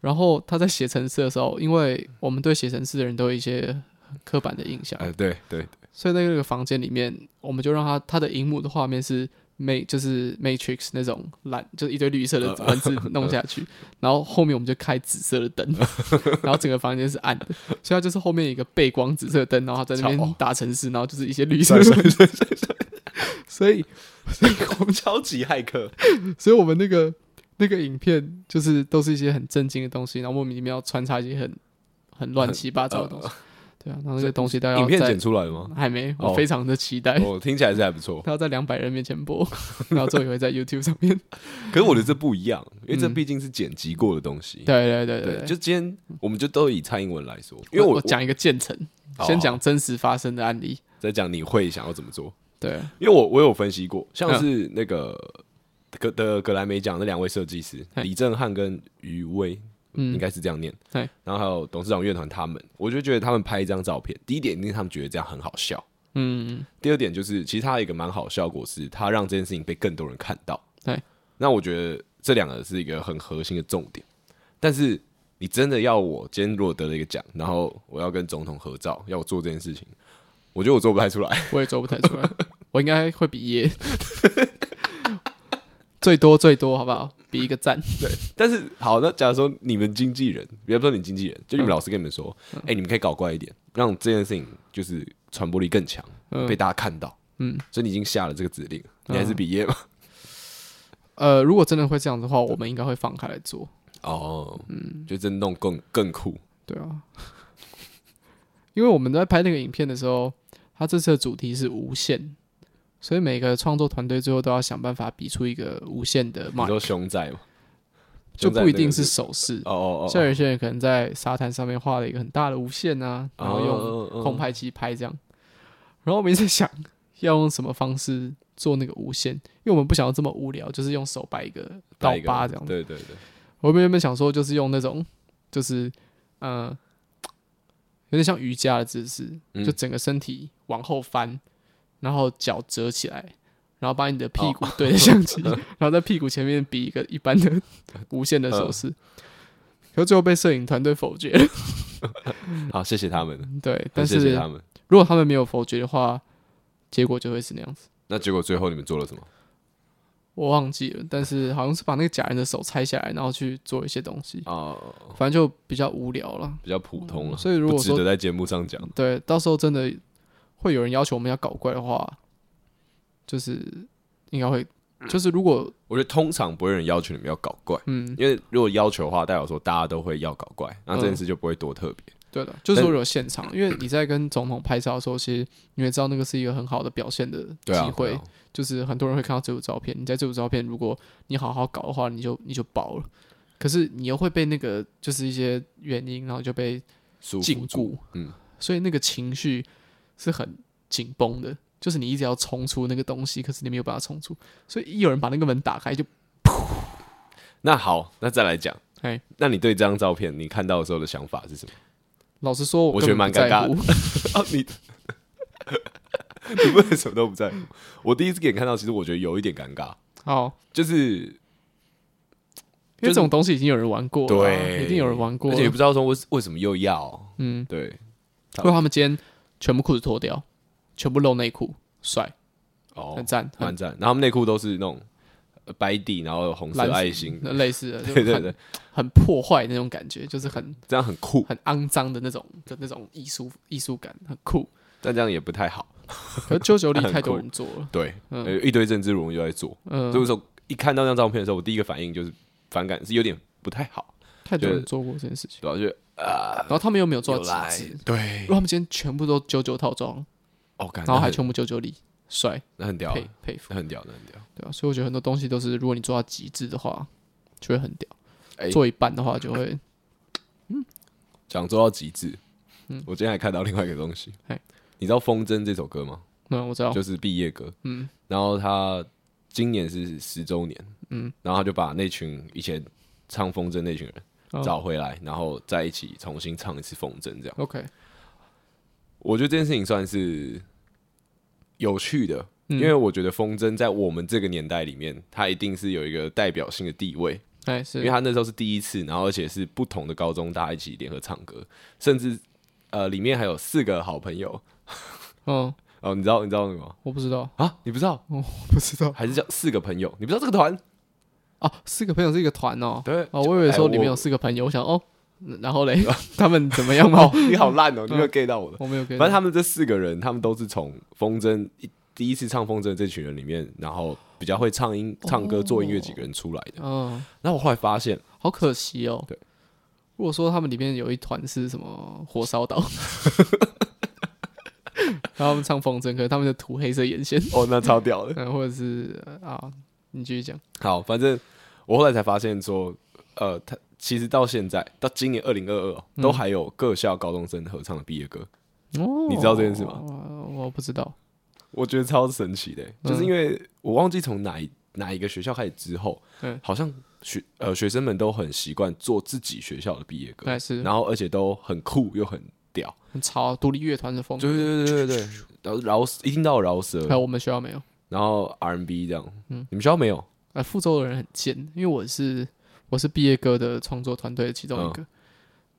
[SPEAKER 1] 然后他在写程式的时候，因为我们对写程式的人都有一些刻板的印象，
[SPEAKER 2] 哎，对对，
[SPEAKER 1] 所以在那个房间里面，我们就让他他的荧幕的画面是 ma 就是 Matrix 那种蓝，就是一堆绿色的文字弄下
[SPEAKER 2] 呃
[SPEAKER 1] 去，然后后面我们就开紫色的 灯，然后整个房间是暗的，所以他就是后面有一个背光紫色的灯，然后他在那
[SPEAKER 2] 超
[SPEAKER 1] 边打城市，然后就是一些绿色的文字，所以
[SPEAKER 2] 我们超级骇客，
[SPEAKER 1] 所以我们那个那个影片就是都是一些很震惊的东西，然后我们里面要穿插一些很很乱七八糟的东西，对啊，然后那个东西大家要
[SPEAKER 2] 呃影片
[SPEAKER 1] 在
[SPEAKER 2] 剪出来了吗？
[SPEAKER 1] 还没，
[SPEAKER 2] 哦
[SPEAKER 1] 我非常的期待。
[SPEAKER 2] 哦，听起来是还不错，
[SPEAKER 1] 他要在两百人面前播， 然后最后也会在 YouTube 上面。
[SPEAKER 2] 可是我的这不一样，因为这
[SPEAKER 1] 嗯
[SPEAKER 2] 毕竟是剪辑过的东西。
[SPEAKER 1] 对对对
[SPEAKER 2] 对，
[SPEAKER 1] 对，
[SPEAKER 2] 就今天我们就都以蔡英文来说，因为我哦
[SPEAKER 1] 我讲一个建成，
[SPEAKER 2] 好
[SPEAKER 1] 先
[SPEAKER 2] 好
[SPEAKER 1] 讲真实发生的案例。
[SPEAKER 2] 在讲你会想要怎么做，
[SPEAKER 1] 对，
[SPEAKER 2] 因为我我有分析过，像
[SPEAKER 1] 嗯
[SPEAKER 2] 是那个格的格莱美奖那两位设计师
[SPEAKER 1] 嘿
[SPEAKER 2] 李正翰跟余威，应
[SPEAKER 1] 嗯
[SPEAKER 2] 该是这样念
[SPEAKER 1] 嘿。
[SPEAKER 2] 然后还有董事长乐团他们，我就觉得他们拍一张照片，第一点一定是他们觉得这样很好笑，
[SPEAKER 1] 嗯，
[SPEAKER 2] 第二点就是，其实它有一个蛮好的效果是，它让这件事情被更多人看到。
[SPEAKER 1] 对，
[SPEAKER 2] 那我觉得这两个是一个很核心的重点。但是你真的要我今天如果得了一个奖，然后我要跟总统合照，要我做这件事情，我觉得我做不太出来。
[SPEAKER 1] 我也做不太 出来，我应该会比耶， 最多最多好不好？比一个赞。
[SPEAKER 2] 但是好，那假如说你们经纪人，比方说你经纪人，就你们老师跟你们说，哎、
[SPEAKER 1] 嗯
[SPEAKER 2] 你们可以搞怪一点，让这件事情就是传播力更强，
[SPEAKER 1] 嗯
[SPEAKER 2] 被大家看到。
[SPEAKER 1] 嗯，
[SPEAKER 2] 所以你已经下了这个指令，你还是毕业吗？
[SPEAKER 1] 呃，如果真的会这样的话，我们应该会放开来做。
[SPEAKER 2] 哦，嗯，就震动更更酷，
[SPEAKER 1] 对啊，因为我们在拍那个影片的时候，他这次的主题是无限，所以每个创作团队最后都要想办法比出一个无限的
[SPEAKER 2] 你
[SPEAKER 1] mark，
[SPEAKER 2] 说熊仔嘛，
[SPEAKER 1] 就
[SPEAKER 2] 熊仔
[SPEAKER 1] 不一定
[SPEAKER 2] 那个
[SPEAKER 1] 是手势。
[SPEAKER 2] 哦哦哦，
[SPEAKER 1] 像有些人可能在沙滩上面画了一个很大的无限啊，
[SPEAKER 2] 哦
[SPEAKER 1] 然后用
[SPEAKER 2] 用
[SPEAKER 1] 空拍机拍这样。然后我们一直在想要用什么方式做那个无限，因为我们不想要这么无聊，就是用手摆一个刀疤这样子。
[SPEAKER 2] 对对对，
[SPEAKER 1] 我们原本想说就是用那种就是呃有点像瑜伽的姿势，
[SPEAKER 2] 嗯
[SPEAKER 1] 就整个身体往后翻，然后脚折起来。然后把你的
[SPEAKER 2] 哦
[SPEAKER 1] 屁股对着 相机，然后在屁股前面比一个一般的无限的
[SPEAKER 2] 嗯
[SPEAKER 1] 手势，可是最后被摄影团队否决了。
[SPEAKER 2] 好，谢谢他们，
[SPEAKER 1] 对，
[SPEAKER 2] 很
[SPEAKER 1] 嗯但
[SPEAKER 2] 谢谢
[SPEAKER 1] 是
[SPEAKER 2] 他们。
[SPEAKER 1] 如果他们没有否决的话，结果就会是那样子。
[SPEAKER 2] 那结果最后你们做了什么？
[SPEAKER 1] 我忘记了，但是好像是把那个假人的手拆下来，然后去做一些东西，
[SPEAKER 2] 哦，
[SPEAKER 1] 反正就比较无聊了。
[SPEAKER 2] 比较普通了，啊
[SPEAKER 1] 嗯所以如
[SPEAKER 2] 不
[SPEAKER 1] 果
[SPEAKER 2] 值
[SPEAKER 1] 说
[SPEAKER 2] 得在节目上讲。
[SPEAKER 1] 对，到时候真的会有人要求我们要搞怪的话，就是应该会，
[SPEAKER 2] 嗯
[SPEAKER 1] 就是如果
[SPEAKER 2] 我觉得通常不会有人要求你们要搞怪，
[SPEAKER 1] 嗯，
[SPEAKER 2] 因为如果要求的话，代表说大家都会要搞怪，那这件事就不会多特别。
[SPEAKER 1] 对的，就是说有现场，因为你在跟总统拍照的时候，其实你会知道那个是一个很好的表现的
[SPEAKER 2] 对啊
[SPEAKER 1] 机，会，
[SPEAKER 2] 对啊
[SPEAKER 1] 就是很多人会看到这组照片，你在这组照片，如果你好好搞的话，你就你就爆了。可是你又会被那个就是一些原因，然后就被
[SPEAKER 2] 束缚
[SPEAKER 1] 禁
[SPEAKER 2] 住。
[SPEAKER 1] 锢，
[SPEAKER 2] 嗯，
[SPEAKER 1] 所以那个情绪是很紧绷的，就是你一直要冲出那个东西，可是你没有办法冲出，所以一有人把那个门打开就，
[SPEAKER 2] 那好，那再来讲，
[SPEAKER 1] 哎，
[SPEAKER 2] 那你对这张照片你看到的时候的想法是 什么？
[SPEAKER 1] 老实说，
[SPEAKER 2] 我
[SPEAKER 1] 根
[SPEAKER 2] 觉得
[SPEAKER 1] 本
[SPEAKER 2] 蛮
[SPEAKER 1] 不在
[SPEAKER 2] 尴尬
[SPEAKER 1] 乎，
[SPEAKER 2] 啊，你 你不能什么都不在乎。我第一次给你看到，其实我觉得有一点尴尬，
[SPEAKER 1] 好，
[SPEAKER 2] 就是
[SPEAKER 1] 因为
[SPEAKER 2] 就
[SPEAKER 1] 这
[SPEAKER 2] 是
[SPEAKER 1] 种东西已经有人玩过了啊，
[SPEAKER 2] 对
[SPEAKER 1] 一定有人玩过
[SPEAKER 2] 而
[SPEAKER 1] 了
[SPEAKER 2] 且也不知道说为为什么又要
[SPEAKER 1] 嗯，
[SPEAKER 2] 对
[SPEAKER 1] 因为他们今天全部裤子脱掉，全部露内裤，帅，
[SPEAKER 2] 哦
[SPEAKER 1] 很，赞，很
[SPEAKER 2] 蛮赞。然后他们内裤都是那种呃白底，然后有红色
[SPEAKER 1] 蓝
[SPEAKER 2] 爱心，
[SPEAKER 1] 那类 似的，就
[SPEAKER 2] 对对
[SPEAKER 1] 很
[SPEAKER 2] 对，
[SPEAKER 1] 很破坏那种感觉，就是很
[SPEAKER 2] 这样很酷，
[SPEAKER 1] 很肮脏的那种的那种艺术艺术感，很酷。
[SPEAKER 2] 但这样也不太好。
[SPEAKER 1] 可是啾啾里
[SPEAKER 2] 很
[SPEAKER 1] 太多
[SPEAKER 2] 酷
[SPEAKER 1] 人做了，
[SPEAKER 2] 对，
[SPEAKER 1] 嗯
[SPEAKER 2] 呃一堆政治人物就在做，
[SPEAKER 1] 嗯、
[SPEAKER 2] 所以说一看到那张照片的时候，我第一个反应就是反感，是有点不太好，
[SPEAKER 1] 太多
[SPEAKER 2] 觉
[SPEAKER 1] 人
[SPEAKER 2] 得
[SPEAKER 1] 做过这件事情，
[SPEAKER 2] 对吧？就
[SPEAKER 1] 然后他们又没有做
[SPEAKER 2] 有
[SPEAKER 1] 到
[SPEAKER 2] 来
[SPEAKER 1] 极致，
[SPEAKER 2] 对
[SPEAKER 1] 因为，他们今天全部都九九套装，
[SPEAKER 2] 哦，感
[SPEAKER 1] 然后还
[SPEAKER 2] 很
[SPEAKER 1] 全部九九里，帅，
[SPEAKER 2] 那很屌啊，
[SPEAKER 1] 佩佩服，
[SPEAKER 2] 那很屌，那很屌。
[SPEAKER 1] 对啊，所以我觉得很多东西都是，如果你做到极致的话，就会很屌。
[SPEAKER 2] 哎
[SPEAKER 1] 做一半的话就会，
[SPEAKER 2] 讲做到极致，我今天还看到另外一个东西
[SPEAKER 1] 嗯嘿，
[SPEAKER 2] 你知道《风筝》这首歌吗？
[SPEAKER 1] 嗯，我知道，
[SPEAKER 2] 就是毕业歌，
[SPEAKER 1] 嗯
[SPEAKER 2] 然后他今年是十周年，
[SPEAKER 1] 嗯，
[SPEAKER 2] 然后他就把那群以前唱风筝那群人
[SPEAKER 1] 哦
[SPEAKER 2] 找回来，然后在一起重新唱一次风筝，这样。
[SPEAKER 1] OK，
[SPEAKER 2] 我觉得这件事情算是有趣的，
[SPEAKER 1] 嗯
[SPEAKER 2] 因为我觉得风筝在我们这个年代里面，它一定是有一个代表性的地位，
[SPEAKER 1] 哎
[SPEAKER 2] 因为
[SPEAKER 1] 是，
[SPEAKER 2] 他那时候是第一次，然后而且是不同的高中大家一起联合唱歌，甚至呃里面还有四个好朋友
[SPEAKER 1] 嗯，
[SPEAKER 2] 哦，你知道你知道那个吗？
[SPEAKER 1] 我不知 道，
[SPEAKER 2] 啊，你不知道，
[SPEAKER 1] 不知道
[SPEAKER 2] 还是叫四个朋友？你不知道这个团？
[SPEAKER 1] 啊，四个朋友是一个团哦，
[SPEAKER 2] 对，
[SPEAKER 1] 哦，我以为
[SPEAKER 2] 哎
[SPEAKER 1] 说里面有
[SPEAKER 2] 我
[SPEAKER 1] 四个朋友，我想哦，嗯然后 嘞，他们怎么样吗？
[SPEAKER 2] 你好烂哦、你没有 get 到我的。
[SPEAKER 1] 我没有给，
[SPEAKER 2] 反正他们这四个人，他们都是从风筝一第一次唱风筝的这群人里面，然后比较会唱音、唱歌、做音乐几个人出来的。
[SPEAKER 1] 嗯，
[SPEAKER 2] 然后我后来发现，
[SPEAKER 1] 好可惜哦。
[SPEAKER 2] 对，
[SPEAKER 1] 如果说他们里面有一团是什么火烧岛， 然后他们唱风筝，可是他们就涂黑色眼线，
[SPEAKER 2] 哦，那超屌的。
[SPEAKER 1] 嗯，或者是呃啊，你继续讲，
[SPEAKER 2] 好，反正我后来才发现说，呃，他其实到现在到今年二零二二，都还有各校高中生合唱的毕业歌，
[SPEAKER 1] 哦
[SPEAKER 2] 你知道这件事吗
[SPEAKER 1] 我不知道，
[SPEAKER 2] 我觉得超神奇的、就是因为我忘记从哪一哪一个学校开始之后，
[SPEAKER 1] 嗯
[SPEAKER 2] 好像学呃学生们都很习惯做自己学校的毕业歌，
[SPEAKER 1] 还是
[SPEAKER 2] 然后而且都很酷又很屌，
[SPEAKER 1] 很潮独立乐团的风格，
[SPEAKER 2] 对对对对对，然后饶一听到饶舌
[SPEAKER 1] 还，有我们学校没有，
[SPEAKER 2] 然后 R&B 这样，你们学校没有？
[SPEAKER 1] 呃，富州的人很贱，因为我是我是毕业歌的创作团队的其中
[SPEAKER 2] 嗯
[SPEAKER 1] 一个，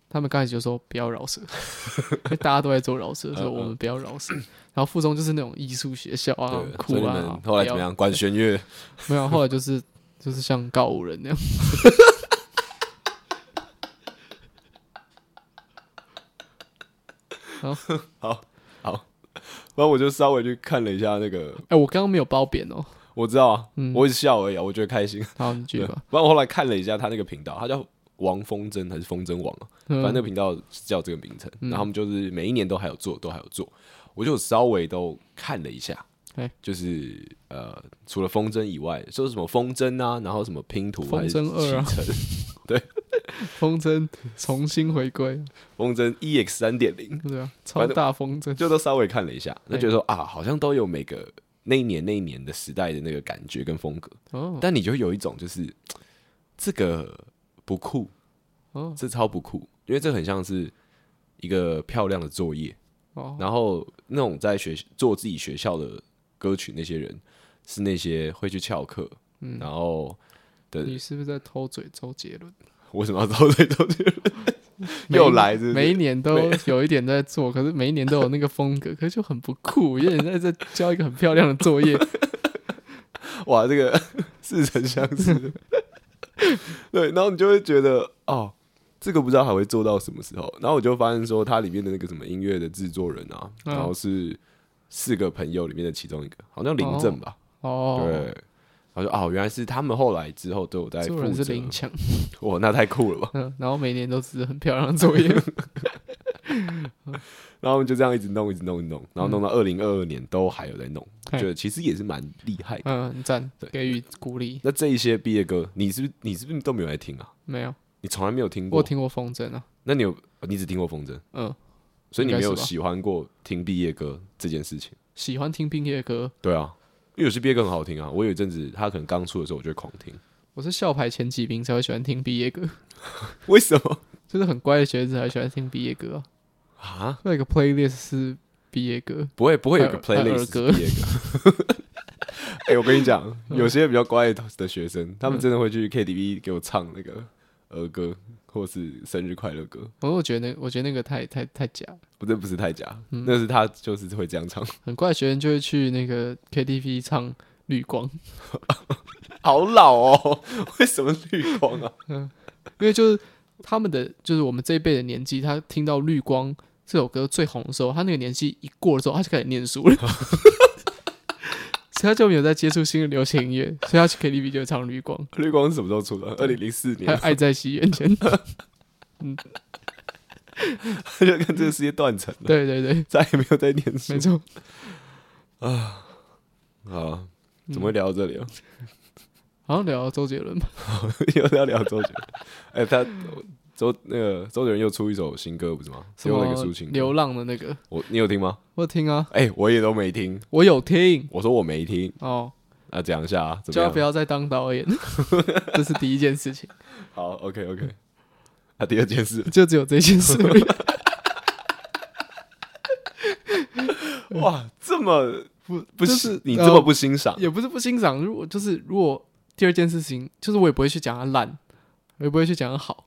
[SPEAKER 1] 他们刚开始就说不要饶舌， 因为大家都在做饶
[SPEAKER 2] 嗯
[SPEAKER 1] 舌，所以我们不要饶舌。然后附中就是那种艺术学校啊，很
[SPEAKER 2] 对，所以
[SPEAKER 1] 酷
[SPEAKER 2] 你
[SPEAKER 1] 啊
[SPEAKER 2] 们，后
[SPEAKER 1] 不
[SPEAKER 2] 来
[SPEAKER 1] 要
[SPEAKER 2] 怎么？样？管弦乐，
[SPEAKER 1] 没有，后来就是就是像告五人那样。
[SPEAKER 2] 然后我就稍微去看了一下那个
[SPEAKER 1] 哎、我刚刚没有褒贬哦。
[SPEAKER 2] 我知道啊，我一直笑而已、啊，我觉得开心。
[SPEAKER 1] 好，你继续
[SPEAKER 2] 对
[SPEAKER 1] 吧。
[SPEAKER 2] 不然我后来看了一下他那个频道，他叫王风筝还是风筝王啊，
[SPEAKER 1] 嗯
[SPEAKER 2] 反正那个频道是叫这个名称。然后他们就是每一年都还有做，都还有做。我就稍微都看了一下
[SPEAKER 1] 哎，
[SPEAKER 2] 就是呃，除了风筝以外，说什么风筝啊，然后什么拼图还
[SPEAKER 1] 风
[SPEAKER 2] 是
[SPEAKER 1] 筝 二啊
[SPEAKER 2] 启程，
[SPEAKER 1] 风筝重新回归，
[SPEAKER 2] 风筝 EX E 三点零，
[SPEAKER 1] 对啊，
[SPEAKER 2] 反
[SPEAKER 1] 超
[SPEAKER 2] 正
[SPEAKER 1] 大风筝，
[SPEAKER 2] 就都稍微看了一下，那
[SPEAKER 1] 对
[SPEAKER 2] 觉得说啊，好像都有每个那一年那一年的时代的那个感觉跟风格，
[SPEAKER 1] 哦
[SPEAKER 2] 但你就会有一种就是这个不酷，
[SPEAKER 1] 哦
[SPEAKER 2] 这超不酷，因为这很像是一个漂亮的作业，
[SPEAKER 1] 哦，
[SPEAKER 2] 然后那种在学做自己学校的歌曲那些人，是那些会去翘课，然后的
[SPEAKER 1] 你是不是在偷嘴周杰伦？
[SPEAKER 2] 为什么要遭罪周杰伦？ 又
[SPEAKER 1] 每
[SPEAKER 2] 来是不是
[SPEAKER 1] 每一年都有一点在做，可是每一年都有那个风格，可是就很不酷，有点在在交一个很漂亮的作 业，
[SPEAKER 2] 哇，这个 似曾相识。 对，然后你就会觉得哦，这个不知道还会做到什么时候。然后我就发现说，它里面的那个什么音乐的制作人啊，
[SPEAKER 1] 嗯
[SPEAKER 2] 然后是四个朋友里面的其中一个，好像林正吧？
[SPEAKER 1] 哦，
[SPEAKER 2] 对，，然后就哦，原来是他们后来之后都有在
[SPEAKER 1] 做
[SPEAKER 2] 负
[SPEAKER 1] 人是
[SPEAKER 2] 责
[SPEAKER 1] 林。强，
[SPEAKER 2] 哇，那太酷了吧！
[SPEAKER 1] 嗯，然后每年都只是很漂亮的作 业，
[SPEAKER 2] 然后我们就这样一直弄，一直弄，一直弄，然后弄到二零二二年都还有在弄，
[SPEAKER 1] 嗯嘿
[SPEAKER 2] 觉得其实也是蛮厉害的。
[SPEAKER 1] 嗯，很赞
[SPEAKER 2] 对，
[SPEAKER 1] 给予鼓励。
[SPEAKER 2] 那这一些毕业歌，你是不是你是不是都没有在听啊？
[SPEAKER 1] 没有，
[SPEAKER 2] 你从来没有听
[SPEAKER 1] 我
[SPEAKER 2] 过？
[SPEAKER 1] 有听过风筝啊，
[SPEAKER 2] 那你有你只听过风筝？
[SPEAKER 1] 嗯，
[SPEAKER 2] 所以你没有
[SPEAKER 1] 应该是吧
[SPEAKER 2] 喜欢过听毕业歌这件事情？
[SPEAKER 1] 喜欢听毕业歌，
[SPEAKER 2] 对啊，因为有些毕业歌很好听啊。我有一阵子他可能刚出的时候，我就会狂听。
[SPEAKER 1] 我是校排前几名才会喜欢听毕业歌，
[SPEAKER 2] 为什么
[SPEAKER 1] 就是很乖的学子才喜欢听毕业歌啊。
[SPEAKER 2] 啊？
[SPEAKER 1] 那个 playlist 是毕业歌，
[SPEAKER 2] 不会不会有个
[SPEAKER 1] 还有还有
[SPEAKER 2] playlist
[SPEAKER 1] 儿
[SPEAKER 2] 是
[SPEAKER 1] 歌嗯
[SPEAKER 2] 毕业歌？ 哎、我跟你讲，有些比较乖的学生，他们真的会去 KTV 给我唱那个儿歌或是生日快乐歌。
[SPEAKER 1] 我我觉得那我觉得那个太太太假了。
[SPEAKER 2] 不，这不是太假，
[SPEAKER 1] 嗯
[SPEAKER 2] 那是他就是会这样 唱，
[SPEAKER 1] 很快学生就会去那个 KTV 唱《绿光》，
[SPEAKER 2] 好老哦。 为什么绿光啊？
[SPEAKER 1] 因为就是他们的，就是我们这一辈的年纪，他听到《绿光》这首歌最红的时候，他那个年纪一过了之后，他就开始念 书了，所以他就没有在接触新的流行音乐，所以他去 KTV 就会唱《绿光》，
[SPEAKER 2] 绿光是什么时候出的？二零零四
[SPEAKER 1] 还有
[SPEAKER 2] 年
[SPEAKER 1] 《爱在西元前》。
[SPEAKER 2] 他就跟这个世界断层了，
[SPEAKER 1] 对对对，
[SPEAKER 2] 再也没有在念书
[SPEAKER 1] 没。错，
[SPEAKER 2] 好，
[SPEAKER 1] 嗯
[SPEAKER 2] 怎么会聊到这里啊？
[SPEAKER 1] 好像聊到周杰伦吧。
[SPEAKER 2] 又要聊周杰 伦，哎、他周那个周杰伦又出一首新歌不是吗？
[SPEAKER 1] 什
[SPEAKER 2] 又
[SPEAKER 1] 么
[SPEAKER 2] 那个抒情歌
[SPEAKER 1] 流浪的那个，
[SPEAKER 2] 我你有听吗？
[SPEAKER 1] 我有听啊，
[SPEAKER 2] 哎、我也都没听，
[SPEAKER 1] 我有听
[SPEAKER 2] 我说我没听，
[SPEAKER 1] 哦，
[SPEAKER 2] 那讲一下啊，怎
[SPEAKER 1] 就
[SPEAKER 2] 么
[SPEAKER 1] 要
[SPEAKER 2] 样？
[SPEAKER 1] 不要再当导演，这是第一件事情，
[SPEAKER 2] 好，OK OK。那、第二件事，
[SPEAKER 1] 就只有这件事而已。
[SPEAKER 2] 哇，这么不
[SPEAKER 1] 嗯就
[SPEAKER 2] 不
[SPEAKER 1] 是是
[SPEAKER 2] 你
[SPEAKER 1] 呃
[SPEAKER 2] 这么不欣赏，
[SPEAKER 1] 也不是不欣赏，如果就是如果第二件事情，就是我也不会去讲它烂，我也不会去讲它好，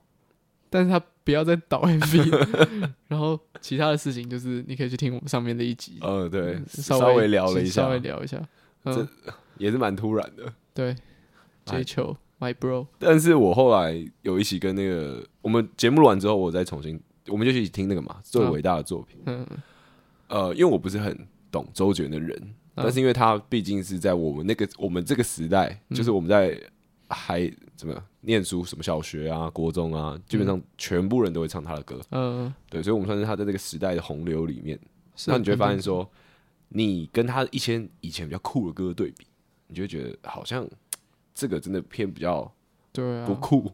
[SPEAKER 1] 但是他不要再倒 MV，然 后其他的事情就是你可以去听我们上面的一集，
[SPEAKER 2] 嗯，对，
[SPEAKER 1] 稍
[SPEAKER 2] 稍
[SPEAKER 1] 微
[SPEAKER 2] 微聊了一
[SPEAKER 1] 稍
[SPEAKER 2] 下
[SPEAKER 1] 微，聊一下，嗯
[SPEAKER 2] 这，也是蛮突然的。
[SPEAKER 1] 对，
[SPEAKER 2] 哎
[SPEAKER 1] 追求 my bro，
[SPEAKER 2] 但是我后来有一起跟那个我们节目录完之后，我再重新，我们就一起听那个嘛，最
[SPEAKER 1] 嗯
[SPEAKER 2] 伟大的作品。
[SPEAKER 1] 嗯，
[SPEAKER 2] 呃，因为我不是很懂周杰伦的人，但是因为他毕竟是在我们那个我们这个时代，就是我们在还怎么样念书，什么小学啊、国中啊，基本上全部人都会唱他的歌，
[SPEAKER 1] 嗯，
[SPEAKER 2] 对，所以我们算是他在这个时代的洪流里面。
[SPEAKER 1] 是
[SPEAKER 2] 那你就会发现说，你跟他一些以前比较酷的歌对比，你就会觉得好像这个真的偏比较
[SPEAKER 1] 对啊，
[SPEAKER 2] 不酷，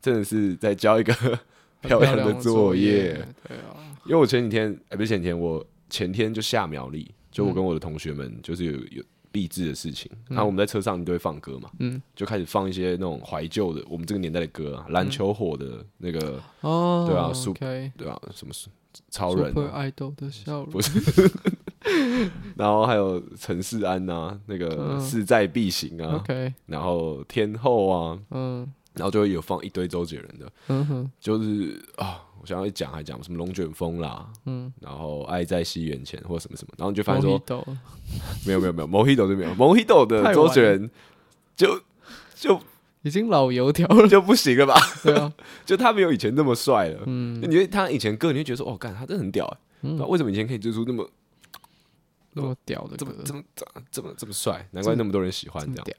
[SPEAKER 2] 真的是在教一个
[SPEAKER 1] 很
[SPEAKER 2] 漂亮的
[SPEAKER 1] 的
[SPEAKER 2] 作业
[SPEAKER 1] 业，对啊，
[SPEAKER 2] 因为我前几天，哎、不是前几天，我前天就下苗栗，就
[SPEAKER 1] 嗯
[SPEAKER 2] 我跟我的同学们就是有有励志的事情，然后我们在车上都会放歌嘛，
[SPEAKER 1] 嗯，
[SPEAKER 2] 就开始放一些那种怀旧的我们这个年代的歌啊，
[SPEAKER 1] 嗯
[SPEAKER 2] 篮球火的那个，
[SPEAKER 1] 哦，
[SPEAKER 2] 对啊，Sup-
[SPEAKER 1] ，OK，
[SPEAKER 2] 对啊，什么超人、
[SPEAKER 1] Super
[SPEAKER 2] 啊，
[SPEAKER 1] idol 的笑容
[SPEAKER 2] 不，然后还有陈世安啊，那个
[SPEAKER 1] 嗯
[SPEAKER 2] 势在必行啊，
[SPEAKER 1] ，OK，
[SPEAKER 2] 然后天后啊，
[SPEAKER 1] 嗯
[SPEAKER 2] 然后就会有放一堆周杰伦的，
[SPEAKER 1] 嗯哼，
[SPEAKER 2] 就是啊，我想要一讲还讲什么龙卷风啦，
[SPEAKER 1] 嗯，
[SPEAKER 2] 然后爱在西元前或什么什么，然后你就发现说。
[SPEAKER 1] Mojito
[SPEAKER 2] 没有没有没有，Mojito 就没有，Mojito 的周杰伦就就
[SPEAKER 1] 已经老油条了，
[SPEAKER 2] 就不行了吧？
[SPEAKER 1] 对啊，
[SPEAKER 2] 就他没有以前那么帅了。
[SPEAKER 1] 嗯，
[SPEAKER 2] 你觉得他以前歌，你就觉得说，哦，干，他真的很屌哎、
[SPEAKER 1] 嗯
[SPEAKER 2] 那为什么以前可以做出那么
[SPEAKER 1] 那么屌的
[SPEAKER 2] 哦这么
[SPEAKER 1] 歌，
[SPEAKER 2] 这么这么这么帅？难怪那么多人喜欢
[SPEAKER 1] 这
[SPEAKER 2] 这
[SPEAKER 1] 么
[SPEAKER 2] 样。
[SPEAKER 1] 屌，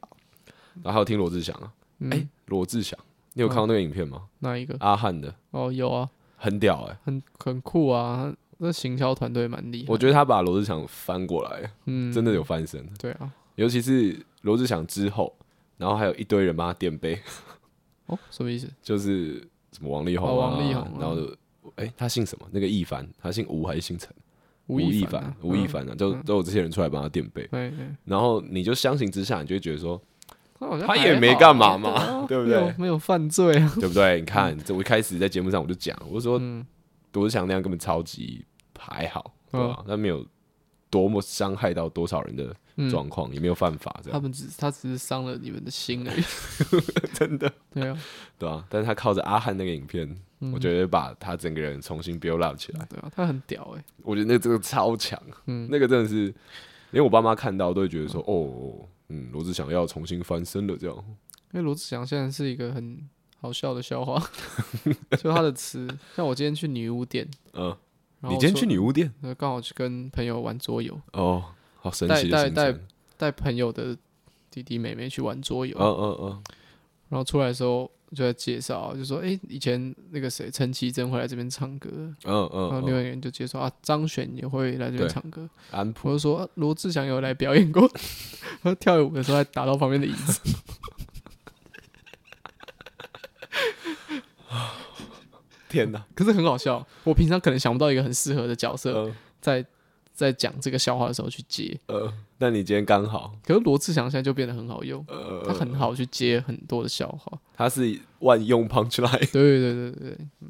[SPEAKER 2] 然后还有听罗志祥啊，
[SPEAKER 1] 嗯
[SPEAKER 2] 哎、罗志祥你有看到那个影片吗？
[SPEAKER 1] 那一个
[SPEAKER 2] 阿汉的
[SPEAKER 1] 哦，有啊，
[SPEAKER 2] 很屌哎、
[SPEAKER 1] 很很酷啊，那行销团队蛮厉害。
[SPEAKER 2] 我觉得他把罗志祥翻过来，
[SPEAKER 1] 嗯，
[SPEAKER 2] 真的有翻身，
[SPEAKER 1] 对啊，
[SPEAKER 2] 尤其是罗志祥之后，然后还有一堆人帮他垫背，
[SPEAKER 1] 哦，什么意思？
[SPEAKER 2] 就是什么王力宏、啊
[SPEAKER 1] 哦王力宏啊
[SPEAKER 2] 然后就哎、他姓什么？那个一凡，他姓吴还是姓陈？
[SPEAKER 1] 吴
[SPEAKER 2] 亦
[SPEAKER 1] 亦
[SPEAKER 2] 凡
[SPEAKER 1] 凡，，嗯
[SPEAKER 2] 吴亦凡啊，就都有这些人出来帮他垫背，
[SPEAKER 1] 对对，
[SPEAKER 2] 然后你就相形之下，你就会觉得说，
[SPEAKER 1] 哎他好像
[SPEAKER 2] 他
[SPEAKER 1] 还
[SPEAKER 2] 也没
[SPEAKER 1] 好
[SPEAKER 2] 干嘛
[SPEAKER 1] 欸
[SPEAKER 2] 嘛
[SPEAKER 1] 啊
[SPEAKER 2] 对不
[SPEAKER 1] 没有
[SPEAKER 2] 对
[SPEAKER 1] 没有犯罪啊，
[SPEAKER 2] 对不对？你看，这我一开始在节目上我就讲，我就说
[SPEAKER 1] 嗯，
[SPEAKER 2] 罗志祥那样根本超级还好，
[SPEAKER 1] 哦
[SPEAKER 2] 对吧？他没有多么伤害到多少人的
[SPEAKER 1] 嗯
[SPEAKER 2] 状况，也没有犯法，这
[SPEAKER 1] 他
[SPEAKER 2] 样
[SPEAKER 1] 们只他只是伤了你们的心而已，
[SPEAKER 2] 真的
[SPEAKER 1] 对啊，
[SPEAKER 2] 对啊。但是他靠着阿汉那个影片，
[SPEAKER 1] 嗯
[SPEAKER 2] 我觉得把他整个人重新 build up 起来，
[SPEAKER 1] 对啊，他很屌哎，
[SPEAKER 2] 我觉得那个真的超强，
[SPEAKER 1] 嗯
[SPEAKER 2] 那个真的是，因为我爸妈看到都会觉得说，哦，嗯，罗志祥要重新翻身了，这样
[SPEAKER 1] 因为罗志祥现在是一个很好笑的笑话， 就他的词，像我今天去女巫店，
[SPEAKER 2] 嗯。
[SPEAKER 1] 然
[SPEAKER 2] 你
[SPEAKER 1] 后
[SPEAKER 2] 今天去
[SPEAKER 1] 女，
[SPEAKER 2] 女巫店
[SPEAKER 1] 呃刚好去跟朋友玩桌游，
[SPEAKER 2] 哦，好神奇的
[SPEAKER 1] 带
[SPEAKER 2] 行
[SPEAKER 1] 带
[SPEAKER 2] 程。
[SPEAKER 1] 带朋友的弟弟妹妹去玩桌游，
[SPEAKER 2] 嗯嗯嗯，
[SPEAKER 1] 然后出来的时候就在介绍，就说诶，以前那个谁陈绮贞会来这边唱歌，
[SPEAKER 2] 嗯
[SPEAKER 1] 然后
[SPEAKER 2] 嗯
[SPEAKER 1] 另外
[SPEAKER 2] 嗯，
[SPEAKER 1] 一个人就介绍啊张悬也会来这边
[SPEAKER 2] 对
[SPEAKER 1] 唱歌，
[SPEAKER 2] 安普
[SPEAKER 1] 我就说啊罗、志祥有来表演过， 他跳舞的时候还打到旁边的椅子，
[SPEAKER 2] 天哪，
[SPEAKER 1] 可是很好笑。我平常可能想不到一个很适合的角色
[SPEAKER 2] 呃
[SPEAKER 1] 在在讲这个笑话的时候去接，
[SPEAKER 2] 呃，那你今天刚好，
[SPEAKER 1] 可是罗志祥现在就变得很好用，他很好去接很多的笑话。
[SPEAKER 2] 他是万用 punch line，
[SPEAKER 1] 对对对对对，嗯